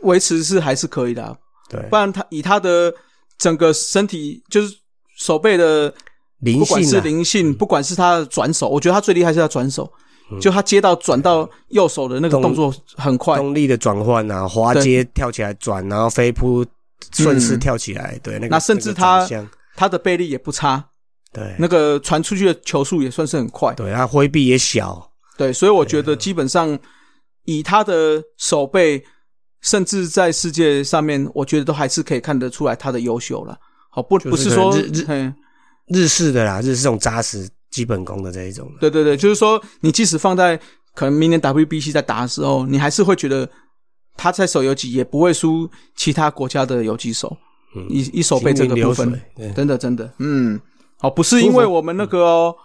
维持是还是可以的啊，对不然他以他的整个身体就是手背的灵不管性是啊，灵性，不管是他的转手，我觉得他最厉害是他转手，嗯就他接到转到右手的那个动动作很快，动力的转换啊，滑接跳起来转，然后飞扑顺势跳起来，对那个嗯那甚至那个转他向他的背力也不差，对那个传出去的球速也算是很快。对，他挥臂也小，对，所以我觉得基本上以他的手背，甚至在世界上面，我觉得都还是可以看得出来他的优秀了。好，不就是不是可说能日日，嗯，日式的啦，日式这种扎实基本功的这一种，对对对，就是说你即使放在可能明年 WBC 在打的时候，你还是会觉得他在手游级也不会输其他国家的游击手，嗯一一手背这个部行云分流，水对真的真的，嗯，好，不是因为我们那个哦，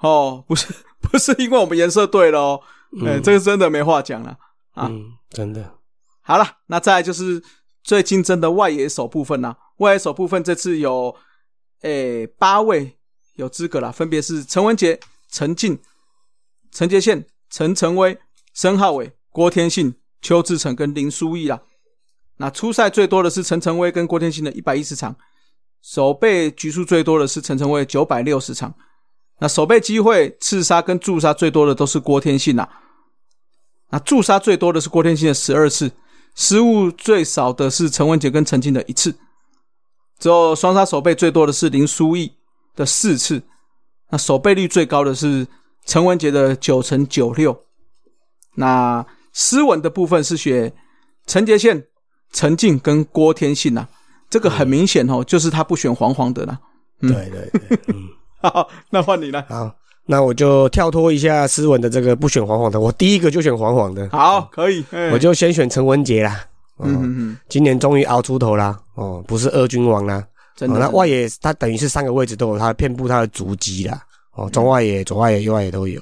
哦，不是 (laughs) 不是因为我们颜色对了哦，哎、嗯这个真的没话讲了。啊嗯，真的，好了，那再来就是最竞争的外野手部分啦、外野手部分这次有诶八位有资格啦，分别是陈文杰、陈进、陈杰宪、陈晨威、申浩伟、郭天信、邱志成跟林书义啦。那初赛最多的是陈晨威跟郭天信的一百一十场，守备局数最多的是陈晨威九百六十场。那守备机会、刺杀跟助杀最多的都是郭天信啦、那助杀最多的是郭天信的十二次，失误最少的是陈文杰跟陈静的一次。之后双杀守备最多的是林书义的四次，那守备率最高的是陈文杰的九乘九六。那斯文的部分是选陈杰宪、陈静跟郭天信呐、这个很明显哦，就是他不选黄黄 (laughs) 的啦。对对 (laughs) 对，嗯。好，那换你了。好，那我就跳脱一下斯文的这个不选黄黄的，我第一个就选黄黄的，好，可以，哎我就先选陈文杰啦。嗯嗯嗯，嗯，今年终于熬出头啦，哦，不是二军王啦，真的。哦那外野他等于是三个位置都有他遍布他的足迹啦。嗯哦，中外野、左外野、右外野都有。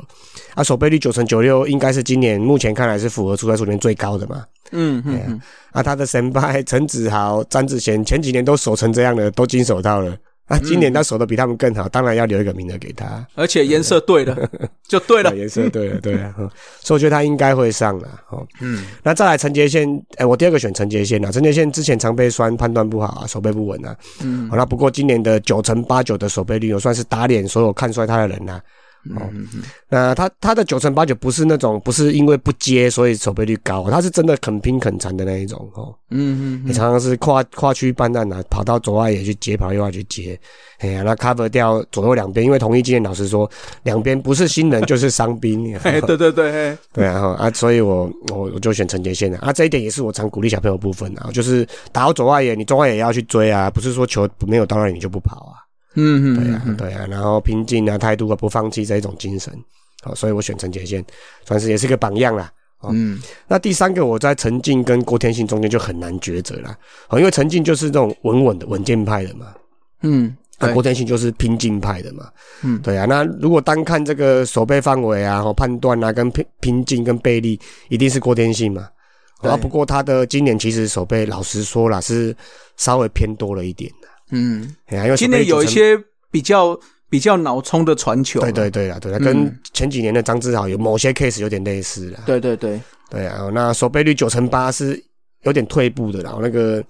啊，守备率九成九六，应该是今年目前看来是符合出赛数里面最高的嘛。嗯嗯哎呀嗯，啊，他的神拜陈子豪、詹子贤前几年都守成这样的，都金手套了。嗯啊，今年他守的比他们更好，当然要留一个名额给他。而且颜色 (laughs) 对了，就对了对。颜色对了，对啊， (laughs) 嗯所以我觉得他应该会上了。哦，嗯，那再来陈杰宪，哎、我第二个选陈杰宪啊，陈杰宪之前常被酸，判断不好啊，手背不稳啊。嗯好、那不过今年的九成八九的手背率，我算是打脸所有看衰他的人啦、嗯哦，那他他的九成八九不是那种不是因为不接所以手背率高，他是真的肯拼肯缠的那一种哦。嗯也常常是跨跨区办案啊，跑到左外野去接，跑到右外野去接，哎呀，那 cover 掉左右两边，因为同一今天老师说，两边不是新人就是伤兵， (laughs) 哎，对对对，嘿对啊，哈啊，所以我我我就选陈杰宪的啊，这一点也是我常鼓励小朋友的部分啊，就是打到左外野，你中外野也要去追啊，不是说球没有到那里你就不跑啊，嗯对啊，嗯，对啊，然后拼劲啊、态度啊、不放弃这一种精神，好、所以我选陈杰宪，算是也是个榜样啦。嗯，那第三个，我在陈静跟郭天信中间就很难抉择啦，哦好、因为陈静就是这种稳稳的稳健派的嘛，嗯，那对郭天信就是拼劲派的嘛，嗯对啊。那如果单看这个守备范围啊、哦判断啊、跟拼拼劲跟背力，一定是郭天信嘛。对啊，不过他的今年其实守备，老实说啦，是稍微偏多了一点的。嗯，哎呀因为今守备年有一组成些比较比较脑冲的传球，对对对啦，对啦，啊嗯跟前几年的张志豪有某些 case 有点类似啦。对对对，对啊，那守备率九成八是有点退步的啦。那个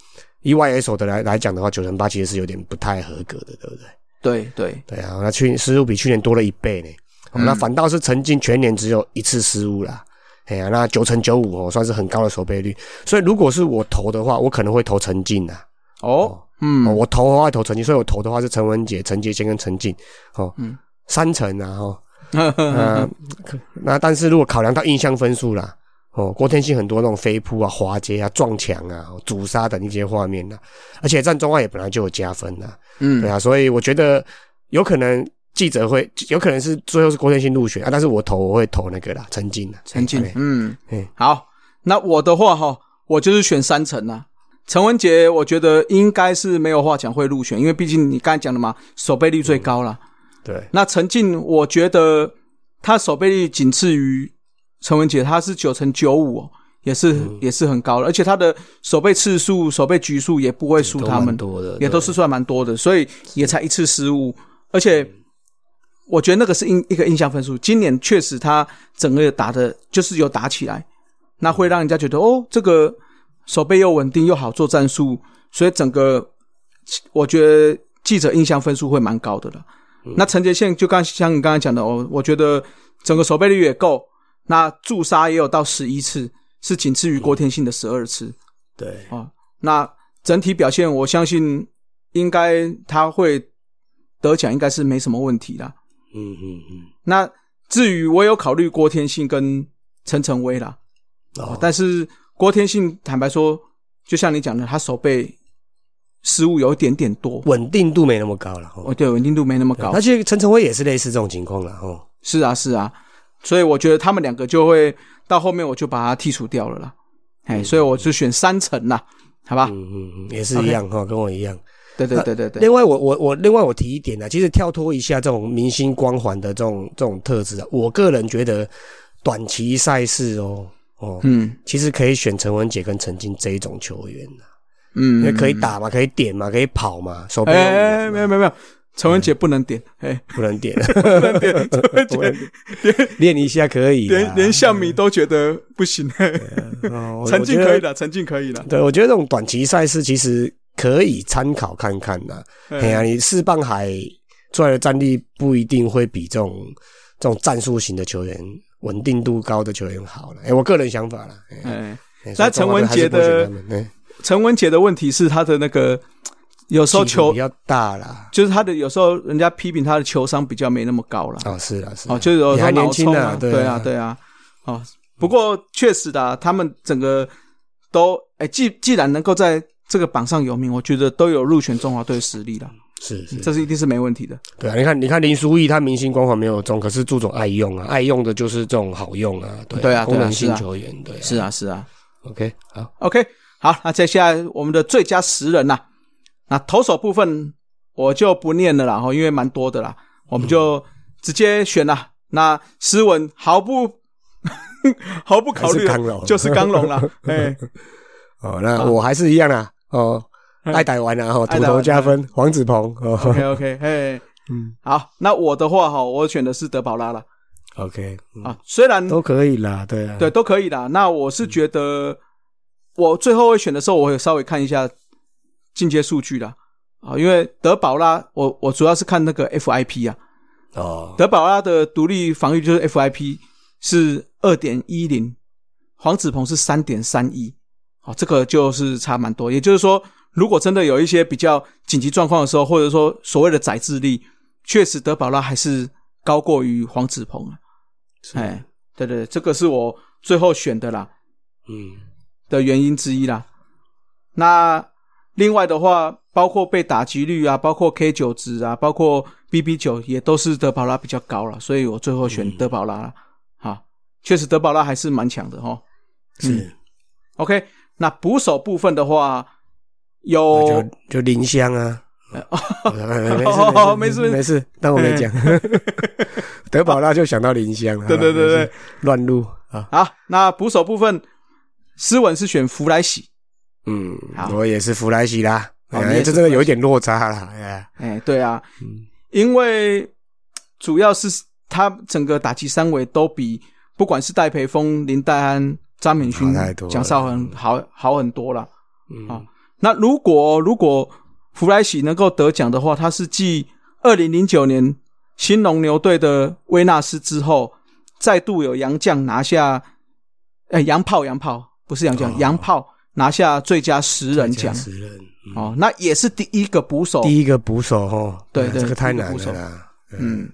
以外野手的来来讲的话，九成八其实是有点不太合格的，对不对？对对，对啊，那去失误比去年多了一倍呢。嗯哦那反倒是曾经全年只有一次失误啦。哎呀、那九成九五哦，算是很高的守备率。所以如果是我投的话，我可能会投陈进啊。哦， (laughs) 哦，嗯，我投的话投陈进，所以我投的话是陈文杰、陈杰先跟陈进。哦，嗯三成啊，哦，那可那但是如果考量到印象分数啦，哦，郭天信很多那种飞扑啊、滑接啊、撞墙啊、阻杀等一些画面啦，而且站中外也本来就有加分啦，对嗯，啊，所以我觉得有可能记者会，有可能是最后是郭天信入选啊，但是我投我会投那个啦，陈进啦，陈静哎，嗯哎，好，那我的话哈，我就是选三层啦。陈文杰，我觉得应该是没有话讲会入选，因为毕竟你刚才讲的嘛，守备率最高啦。对，那陈静，我觉得他守备率仅次于陈文杰，他是九乘九五哦，也是、也是很高的，而且他的守备次数、守备局数也不会输都他们蛮，多的，也都是算蛮多的，所以也才一次失误，而且。我觉得那个是印一个印象分数，今年确实他整个打的就是有打起来，那会让人家觉得哦，这个手背又稳定又好做战术，所以整个我觉得记者印象分数会蛮高的了。那陈杰宪就刚像你刚才讲的，哦我我觉得整个守备率也够，那助杀也有到十一次，是仅次于郭天信的十二次。对，那整体表现，我相信应该他会得奖，应该是没什么问题啦。嗯嗯嗯，那至于我有考虑郭天信跟陈晨威啦，哦，但是郭天信坦白说，就像你讲的，他手背失误有一点点多，稳定度没那么高了。哦哦，对，稳定度没那么高那。其实陈晨威也是类似这种情况了。哦，是啊，是啊，所以我觉得他们两个就会到后面我就把它剔除掉了啦。哎，所以我就选三层啦，好吧？嗯嗯嗯，也是一样哈，哦跟我一样。对对对对对，另外我，我我另外我提一点呢、啊其实跳脱一下这种明星光环的这种这种特质啊，我个人觉得短期赛事哦哦，嗯其实可以选陈文杰跟陈静这一种球员、啊、嗯，因为可以。打嘛，可以点嘛，可以跑嘛，手背哎有哎，五哎嘛没有没有没有，陈文杰不能点，哎，不能 (laughs) 点， (laughs) 不能点，练一下可以啊，连连项米都觉得不行，嘿哦陈静可以。我我觉得的，陈静可以的，对，我觉得这种短期赛事其实可以参考看看呐、哎哎呀、你四棒海出来的战力不一定会比这种这种战术型的球员、稳定度高的球员好了。哎、我个人想法啦。哎哎，哎那所以中华陈文队还是杰不会选的他们哎陈文杰的问题是他的那个有时候起伏球比较大啦。就是他的有时候人家批评他的球商比较没那么高啦。哦，是啦，是啦哦，就是有你时候还脑年轻冲啊，啊，对啊，对啊，哦，不过确实的啊、他们整个都哎，既既然能够在这个榜上有名，我觉得都有入选中华队的实力了，是是，这是一定是没问题的。对啊。你看，你看林书义他明星光环没有中，可是祝总爱用啊，爱用的就是这种好用啊，对对啊功对啊能是性啊球员，对，是啊，是啊。 ，OK，好， OK，好，那接下来我们的最佳十人呐、那投手部分我就不念了啦，哈，哦因为蛮多的啦，我们就直接选啦。那诗文毫不 (laughs) 毫不考虑还是刚龙就是刚龙 (laughs) 啦，哎，哦，那我还是一样啦，哦，爱台湾啊，哦，嗯爱土台湾嗯头加分，黄子鹏， OK 哦 OK，嘿，嗯，好，那我的话哈，我选的是德保拉了，OK，嗯啊，虽然都可以啦，对啊，对都可以啦，那我是觉得我最后会选的时候，我会稍微看一下进阶数据啦啊，因为德保拉，我我主要是看那个 FIP 啊，哦，德保拉的独立防御就是 FIP 是二点一零，黄子鹏是三点三一，好，这个就是差蛮多。也就是说，如果真的有一些比较紧急状况的时候，或者说所谓的宰制力，确实德保拉还是高过于黄子鹏啊。哎，对对，对这个是我最后选的啦嗯，的原因之一啦。那另外的话，包括被打击率啊，包括 K 九值啊，包括 BB 九也都是德保拉比较高了，所以我最后选德保拉啦。好，确实德保拉还是蛮强的哈。是，嗯 OK，那捕手部分的话，就有就林香啊。 (laughs) 哦没事没事嗯没事，当我没讲。 (laughs) 德保拉就想到林香了， (laughs) 对对对对没事，乱入啊，好，那捕手部分，斯文是选弗莱喜，嗯好，我也是弗莱西啦，哦你哎，也是这真的有一点落差啦，哎， (laughs) 哎，对啊，因为主要是他整个打击三围都比不管是戴培峰、林黛安、张敏勋好太多、了蒋少恒好好很多了。好嗯，那如果如果弗莱喜能够得奖的话，他是继二零零九年新农牛队的威纳斯之后，再度有洋将拿下，呃，洋炮洋炮不是洋将，哦洋炮拿下最佳十人再加奖。十人，嗯哦，那也是第一个捕手。第一个捕手哦，对哎对这个太难第一了个捕啦，嗯，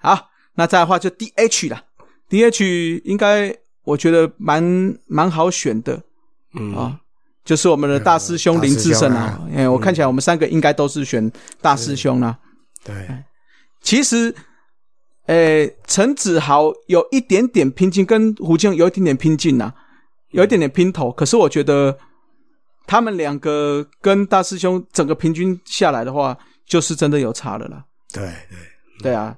好，那再来的话就 DH 啦，DH 应该我觉得蛮蛮好选的嗯啊、就是我们的大师兄大林师志胜兄啊啊，哎、我看起来我们三个应该都是选大师兄啦、对，哎其实，呃，陈子豪有一点点拼劲，跟胡静有一点点拼劲呐、啊有一点点拼嗯头。可是我觉得他们两个跟大师兄整个平均下来的话，就是真的有差了啦。对对，对啊，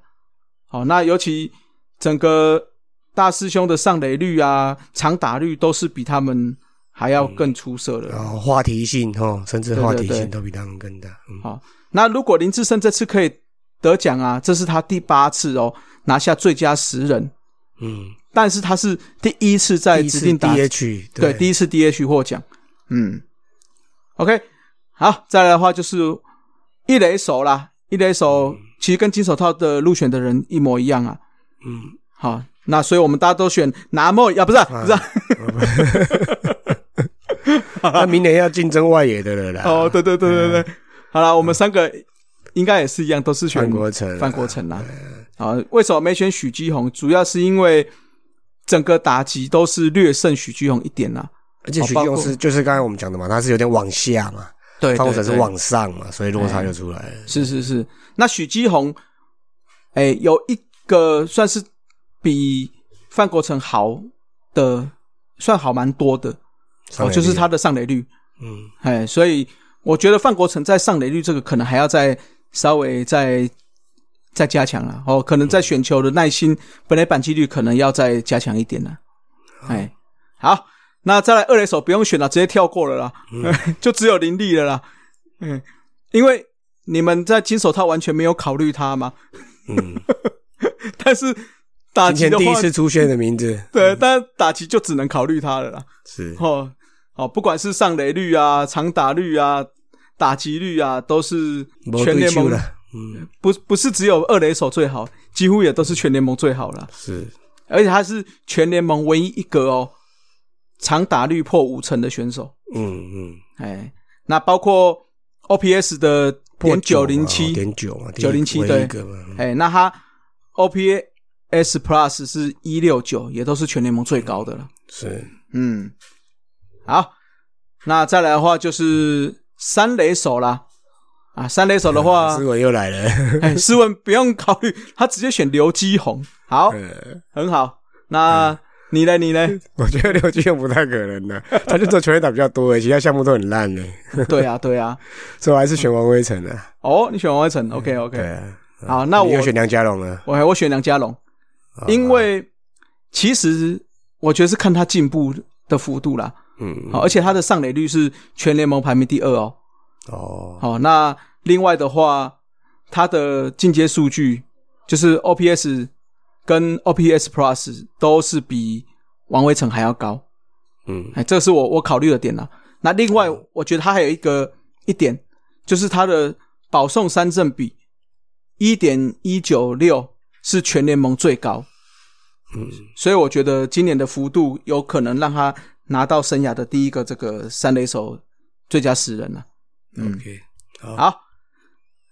好，那尤其整个大师兄的上垒率啊、长打率都是比他们还要更出色的。然后话题性哦，甚至话题对对对性都比他们更大，嗯好那如果林志胜这次可以得奖啊，这是他第八次哦拿下最佳十人，嗯，但是他是第一次在第一指次定打 DH 对第一一次 DH 获奖。嗯，OK，好，再来的话就是一垒手啦，一垒手其实跟金手套的入选的人一模一样啊。嗯，好，那所以我们大家都选拿莫啊，不是啊、不是、啊、 (laughs) 那明年要竞争外野的了啦。 (laughs) 哦，，对对对对对，好了，我们三个应该也是一样，都是嗯选范国成啊范国成啦。啊，为什么没选许基宏？主要是因为整个打击都是略胜许基宏一点啊啦。而且许哦包用括是就是刚才我们讲的嘛，他是有点往下嘛，对范国成是往上嘛，所以落差就出来了。是是是，那许基宏，哎、有一个算是比范国成好的，算好蛮多的，上哦，垒率就是他的上垒率，嗯，哎，所以我觉得范国成在上垒率这个可能还要再稍微再再加强了，哦，可能在选球的耐心、本垒板几率可能要再加强一点了，哎，好，那再来二垒手不用选了，直接跳过了啦，嗯 (laughs) 就只有林立了啦，嗯，因为你们在金手套完全没有考虑他嘛， (laughs) 嗯，但是打今击天的第话一，次出现的名字对，但打击就只能考虑他了啦。是哦，哦，不管是上垒率啊、长打率啊、打击率啊，都是没对全联手盟了，嗯，不不是只有二垒手最好，几乎也都是全联盟最好了。是而且他是全联盟唯一一个哦，长打率破五成的选手。嗯嗯，哎，那包括 OPS 的点九零七点九啊哦嘛，九零七唯一一对个嘛，嗯哎，那他 OPS Plus 是一六九，也都是全联盟最高的了。是嗯，好，那再来的话就是三垒手啦。啊，三垒手的话思，维又来了，(laughs) 哎，斯文不用考虑，他直接选刘基宏。好，呃很好。那哎你呢？你呢？ (laughs) 我觉得刘继勇不太可能的，他就做球员打比较多而已，其他项目都很烂的，对啊，对啊。所以我还是选王威成啊。哦，你选王威成，OK 对 OK。啊，好，那你我又选梁啊家龙啊了，我我选梁家龙，因为其实我觉得是看他进步的幅度啦。嗯好，而且他的上垒率是全联盟排名第二哦。哦，好、那另外的话，它的进阶数据就是 OPS 跟 OPS Plus 都是比王威成还要高。嗯哎，这是我我考虑的点啦。那另外，我觉得它还有一个一点，就是它的保送三振比一点一九六是全联盟最高，嗯，所以我觉得今年的幅度有可能让他拿到生涯的第一个这个三垒手最佳十人了。啊嗯，OK，好，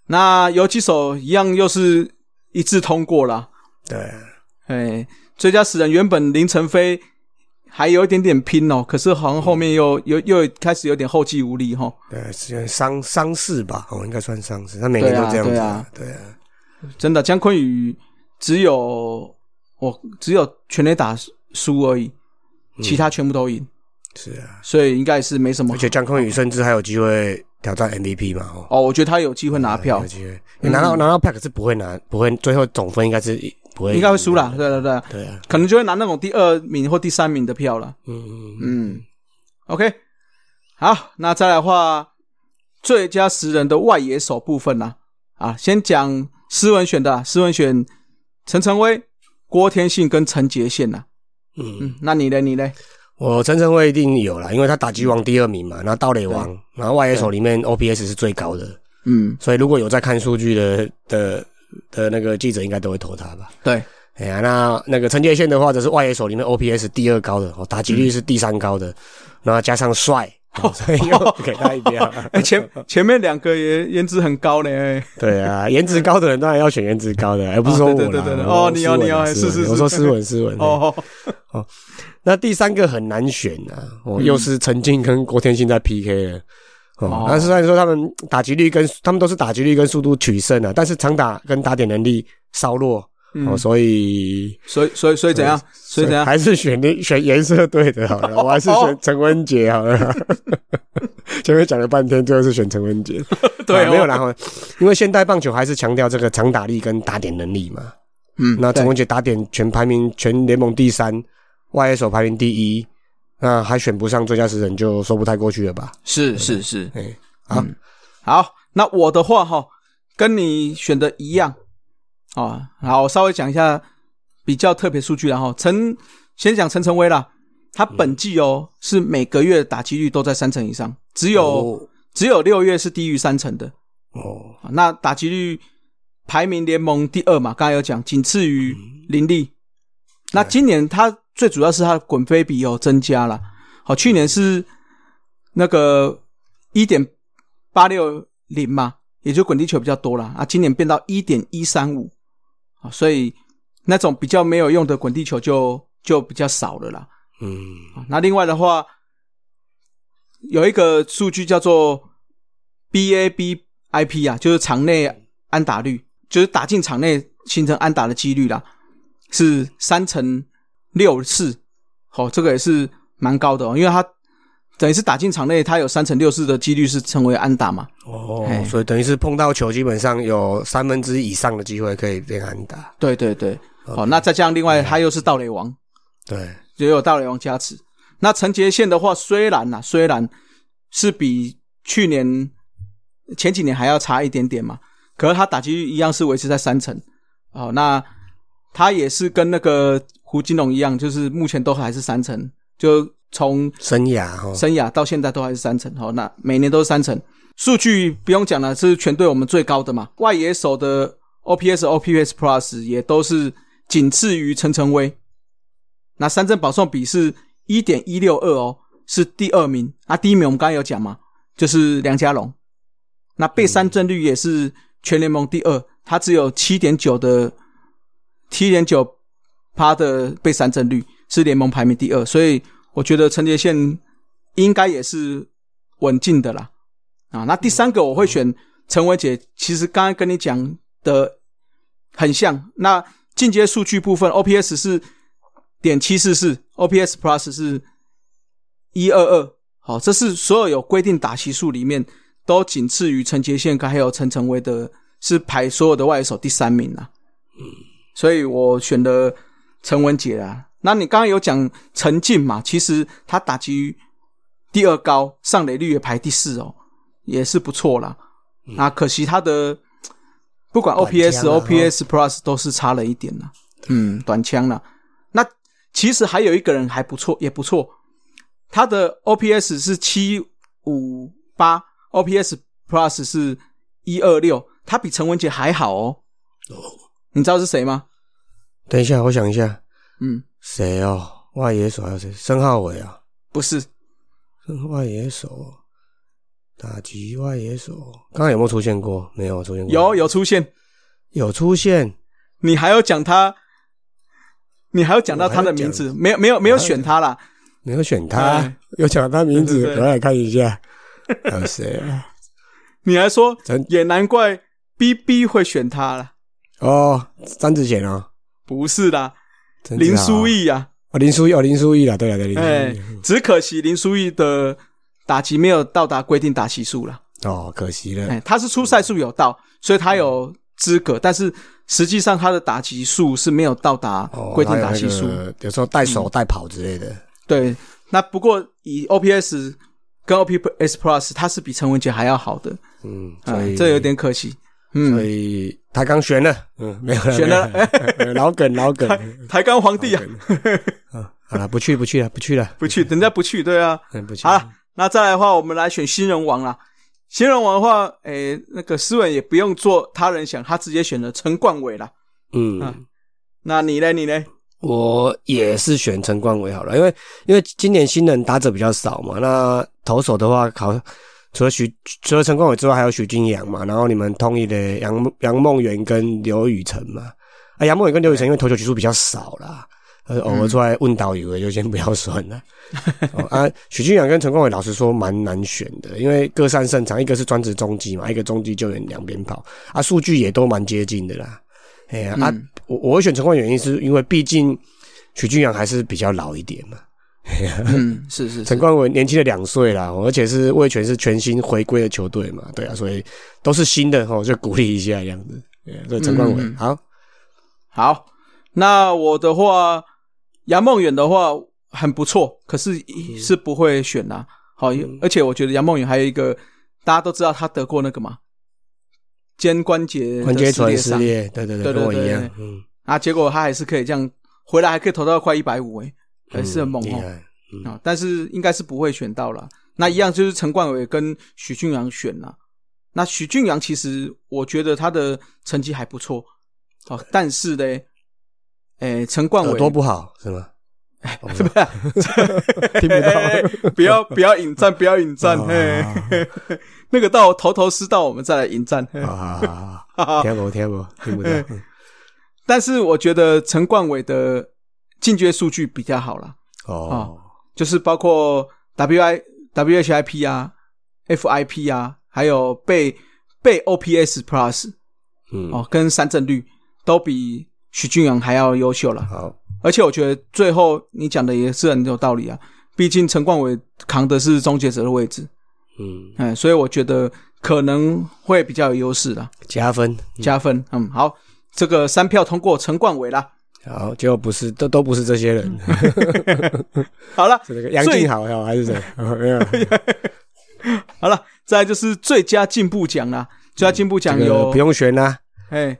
那游击手一样又是一致通过了。对啊，哎，最佳死人原本林晨飞还有一点点拼哦，可是好像后面又又又开始有点后继无力哈、哦。对啊，是伤伤势吧，哦，应该算伤势，他每年都这样子啊，对啊，真的，姜昆宇只有我只有全垒打输而已，其他全部都赢，是啊，所以应该是没什么而。且江坤宇甚至还有机会挑战 MVP 嘛，哦。哦，我觉得他有机会拿票有，机会，因为拿到嗯拿到 pack 是不会拿，不会最后总分应该是不会，应该会输啦。。对对对，对啊，可能就会拿那种第二名或第三名的票了。嗯嗯嗯，OK，好，那再来的话，最佳十人的外野手部分啦、啊，先讲斯文选的啊、斯文选陈晨威、郭天信跟陈杰宪呐、嗯嗯，嗯，那你呢？你呢？我陈晨威一定有啦，因为他打击王第二名嘛，然后盗垒王，然后外野手里面 OPS 是最高的，嗯，所以如果有在看数据的的的那个记者，应该都会投他吧。对，哎呀，那那个陈杰宪的话，则是外野手里面 OPS 第二高的，哦，打击率是第三高的，然后加上帅， (laughs) 哦所以又给他一啊票。 (laughs) 哎、前 (laughs) 前面两个也颜值很高呢、哎对啊，颜值高的人当然要选颜值高的，而不是说我啦对对对对对我哦你斯文哦你哦啊斯文是是是我说斯文斯文。哦，哦，那第三个很难选啊，嗯哦，又是陈静跟郭天信在 PK 了。哦哦，那虽然说他们打击率跟他们都是打击率跟速度取胜啊，但是长打跟打点能力稍弱嗯哦，，所以所以所以所以怎样？所以哦怎样？还是选 (laughs) 那选颜色对的好 (laughs) 了，我还是选陈文杰好了。 (laughs) 前面讲了半天，最后是选陈文杰。 (laughs) 对啊哦没有啦，哦因为现代棒球还是强调这个长打力跟打点能力嘛。嗯，那陈对文杰打点全排名全联盟第三，外野手排名第一，那还选不上最佳十人，就说不太过去了吧？是是是，哎，好，啊好，那我的话哈，跟你选的一样啊。好，我稍微讲一下比较特别数据然后陈先讲陈晨威啦，他本季哦、是每个月打击率都在三成以上，只有、哦只有六月是低于三成的。哦，啊那打击率排名联盟第二嘛，刚才有讲，仅次于林立。那今年他最主要是他的滚飞比有增加了，好，去年是那个一点八六零嘛，也就滚地球比较多了啊，今年变到一点一三五，啊，所以那种比较没有用的滚地球就就比较少了啦。嗯，啊那另外的话，有一个数据叫做 BABIP 啊，就是场内安打率，就是打进场内形成安打的几率啦，是三乘六四，哦，这个也是蛮高的哦，因为它等于是打进场内，它有三乘六四的几率是成为安打嘛。哦嘿，所以等于是碰到球，基本上有三分之一以上的机会可以被安打。对对对，哦，那再加上另外它又是盗垒王，对，也有大雷王加持。那陈杰宪的话，虽然呐、虽然是比去年前几年还要差一点点嘛，可是他打击率一样是维持在三成。哦，那他也是跟那个胡金龙一样，就是目前都还是三成，就从生涯哦哈，生涯到现在都还是三成。哦，那每年都是三成，数据不用讲了，是全队我们最高的嘛。外野手的 OPS、OPS Plus 也都是仅次于陈晨威。那三振保送比是一点一六二哦，是第二名啊。第一名我们刚刚有讲嘛，就是梁家龙。那被三振率也是全联盟第二，他只有七点九的七点九趴的被三振率，是联盟排名第二。所以我觉得陈杰宪应该也是稳进的啦。啊，那第三个我会选陈伟杰，其实刚刚跟你讲的很像。那进阶数据部分，OPS 是点七四四，OPS Plus 是一二二，好，这是所有有规定打席数里面都仅次于陈杰宪跟还有陈晨威的，是排所有的外野手第三名啦。嗯，所以我选的陈文杰啊。那你刚刚有讲陈进嘛？其实他打击第二高，上垒率也排第四哦，也是不错啦。啊，可惜他的不管嗯短枪 OPS、啊 OPS Plus 都是差了一点啦。嗯，短枪啦。那其实还有一个人还不错，也不错，他的 OPS 是七五八，OPS Plus 是一二六，他比陈文杰还好哦。你知道是谁吗？等一下，我想一下，嗯，谁哦？外野手还有谁？申浩伟啊，不是，申外野手，打击外野手，刚刚有没有出现过？没有出现过，有有出现，有出现，你还要讲他，你还要讲到他的名字，没有没有没有选他啦。没有选他哎，有抢他名字，对对对我来看一 (laughs) 下，还有谁啊？你还说陈也难怪 B B 会选他啦，哦，张子贤哦，不是啦，陈子林豪啊书，义啊，哦，林书义，哦，林书义啦，对啦，对，林哎书义，，只可惜林书义的打击没有到达规定打击数啦。哦，可惜了，哎，他是出赛数有到，所以他有资格，但是实际上他的打击数是没有到达哦，规定打击数。还有那个有时候带嗯手带跑之类的，对，那不过以 OPS 跟 OPS Plus，他是比陈文杰还要好的，嗯，所啊以，这有点可惜。所嗯，以他刚悬了，嗯，没有了，悬了没有，呃 (laughs) 老梗老梗，台钢皇哦帝啊，嗯好了，不去不去了，不去了，不去，人家不去，对啊。嗯，不去好了，那再来的话，我们来选新人王啦。新人王的话，诶、那个思文也不用做他人想，他直接选了陈冠伟啦。啊嗯，那你嘞？你嘞？我也是选陈冠伟好了，因为因为今年新人打者比较少嘛，那投手的话，好，除了徐除了陈冠伟之外，还有徐金阳嘛，然后你们通一的杨杨梦圆跟刘宇辰嘛，啊，杨梦圆跟刘宇辰因为投球局数比较少啦，呃，偶尔出来问导游的就先不要算了。哦啊，许俊阳跟陈冠伟老实说蛮难选的，因为各擅擅长，一个是专职中继嘛，一个中继救援两边跑，啊，数据也都蛮接近的啦。哎呀、啊，嗯我我会选陈冠伟原因是因为毕竟许俊阳还是比较老一点嘛，嗯，是是陈是，冠伟年轻了两岁啦，哦而且是魏权是全新回归的球队嘛，对啊，所以都是新的哦，就鼓励一下这样子。对啊所以陈冠伟、嗯嗯嗯好，好。那我的话，杨梦远的话很不错，可是是不会选啦。好，嗯而且我觉得杨梦远还有一个，大家都知道他得过那个嘛，肩关节的关节撕裂唇撕伤裂，对对对，对对跟我一对样对，嗯，啊，结果他还是可以这样回来，还可以投到快一百五，哎，还是很猛嗯厉哦。害啊、但是应该是不会选到了。那一样就是陈冠伟跟许俊阳选了。那许俊阳其实我觉得他的成绩还不错哦，但是呢，诶，陈冠耳伟朵不好是 (laughs) 吗？我不知道啊 (laughs) 听不 (laughs) 到，不要不要引战，不要引战，哦嘿，那个到头头是道，我们再来引战。嘿啊好好好好，听不听不听不到。嗯但是我觉得陈冠伟的进阶数据比较好啦， (laughs) 哦，就是包括 WI、WHIP 啊、FIP 啊，还有被被 OPS Plus 嗯，哦，跟三振率都比许俊阳还要优秀了。好，而且我觉得最后你讲的也是很有道理啊，毕竟陈冠伟扛的是终结者的位置，嗯，哎，所以我觉得可能会比较有优势的加分，加分。嗯，好，这个三票通过陈冠伟啦。好，结果不是，都都不是这些人，好了，是那个杨最静好还是谁？哦没 (laughs) 有，好了，再来就是最佳进步奖啦，最佳进步这奖个有不用选啦。哎，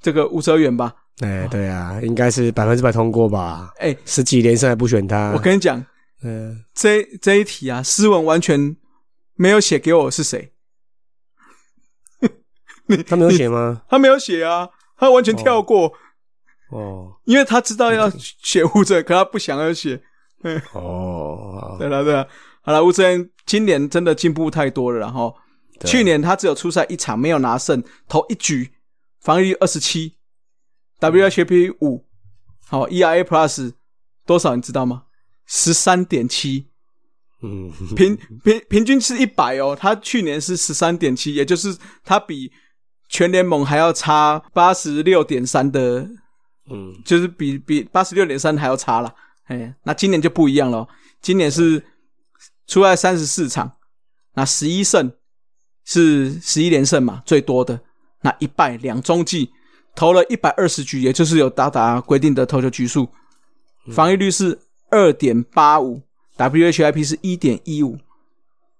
这个吴哲远吧，哎，对啊，应该是百分之百通过吧？哎，十几连胜还不选他，我跟你讲，嗯，这这一题啊，诗文完全没有写给我是谁，他没有写 (laughs) 吗？他没有写啊，他完全跳过，哦因为他知道要写吴哲， (laughs) 可他不想要写。哦，对了对了，好了，吴哲源今年真的进步太多了啦，然后对去年他只有出赛一场没有拿胜，投一局，防御二十七，WHP 五，好 ERA Plus 多少你知道吗？十三点七，嗯，平平平均是一百哦，他去年是十三点七，也就是他比全联盟还要差八十六点三的嗯，就是比比八十六点三还要差了。哎，那今年就不一样了哦，今年是出来三十四场，那十一胜是十一连胜嘛，最多的那一败两中计，投了一百二十局，也就是有达达规定的投球局数，防御率是二点八五，WHIP 是一点一五，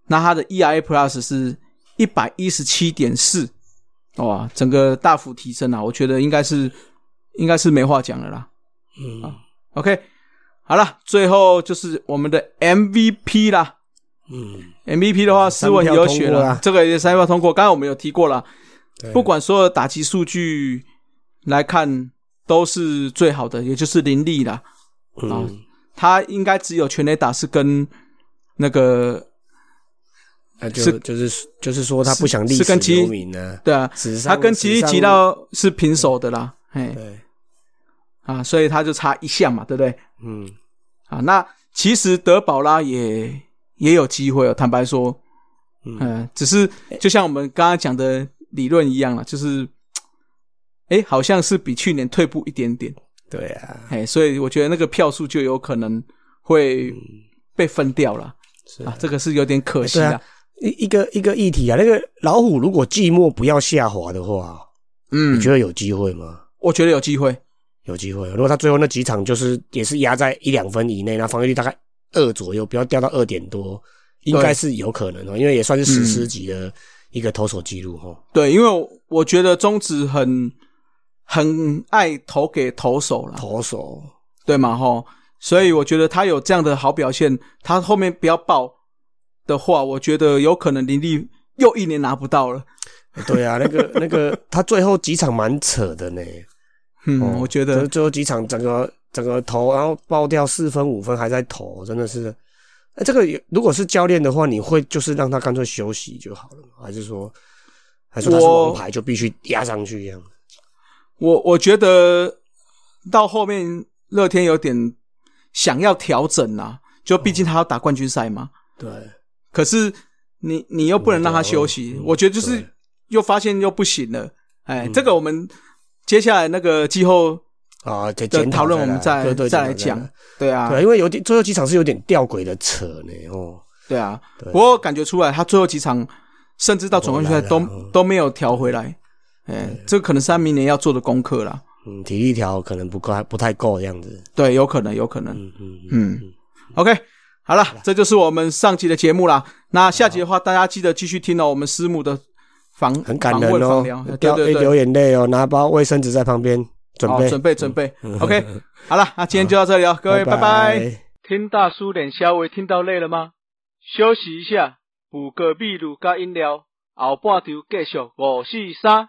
那他的 ERA Plus 是一百一十七点四，哇，整个大幅提升啊！我觉得应该是应该是没话讲了啦。哦嗯， OK，好了，最后就是我们的 MVP 啦。嗯， MVP 的话，斯文有选三票通过了啦，这个也三票通过。刚刚我们有提过了，对不管所有打击数据来看，都是最好的，也就是林立啦。啊哦嗯，他应该只有全垒打是跟那个那就是就是就是说他不想历是史跟其留名呢，对啊，史上他跟吉利吉，到是平手的啦，史嘿上对，啊，所以他就差一项嘛，对不对？嗯，啊，那其实德保拉也也有机会哦。坦白说，嗯、嗯只是就像我们刚刚讲的理论一样了，就是，哎，好像是比去年退步一点点，对啊，哎，所以我觉得那个票数就有可能嗯会被分掉了、是啊，这个是有点可惜对啦。啊一一个一个议题啊，那个老虎如果寂寞不要下滑的话，嗯你，觉得有机会吗？我觉得有机会，有机会。如果他最后那几场就是也是压在一两分以内，那防御率大概二左右，不要掉到二点多，应该是有可能哦，因为也算是史诗级的一个投手记录哦哈。对，因为我我觉得中指很很爱投给投手啦。投手，对嘛吼，所以我觉得他有这样的好表现，他后面不要爆的话，我觉得有可能林立又一年拿不到了。对啊，那个那个他最后几场蛮扯的呢。嗯，哦我觉就是得最后几场整个整个投，然后爆掉四分五分还在投，真的是。哎，这个有如果是教练的话，你会就是让他干脆休息就好了吗，还是说，还是他是我王牌就必须压上去这样？我我觉得到后面乐天有点想要调整啦、就毕竟他要打冠军赛嘛。对，可是你你又不能让他休息，嗯我觉得就是对嗯又发现又不行了。哎，这个我们接下来那个季后啊，这的检讨讨论我们再对对再来检讨讲。对啊，对，因为有点最后几场是有点吊诡的扯呢，哦，对啊，对不过感觉出来他最后几场，甚至到总冠军赛都都来了嗯都没有调回来。哎、这可能是他明年要做的功课啦。嗯，体力条可能不够，不太够这样子，对，有可能，有可能。嗯嗯嗯，嗯 o k 好了，这就是我们上集的节目啦。那下集的话，大家记得继续听哦，我们师母的访很感访人问访哦聊，对掉对流对，眼泪哦，拿包卫生纸在旁边准好，备嗯准备准备。OK，好了，那今天就到这里哦，各位拜拜。听大叔脸稍微听到累了吗？休息一下，补个秘鲁加饮料，后半场继续五四三。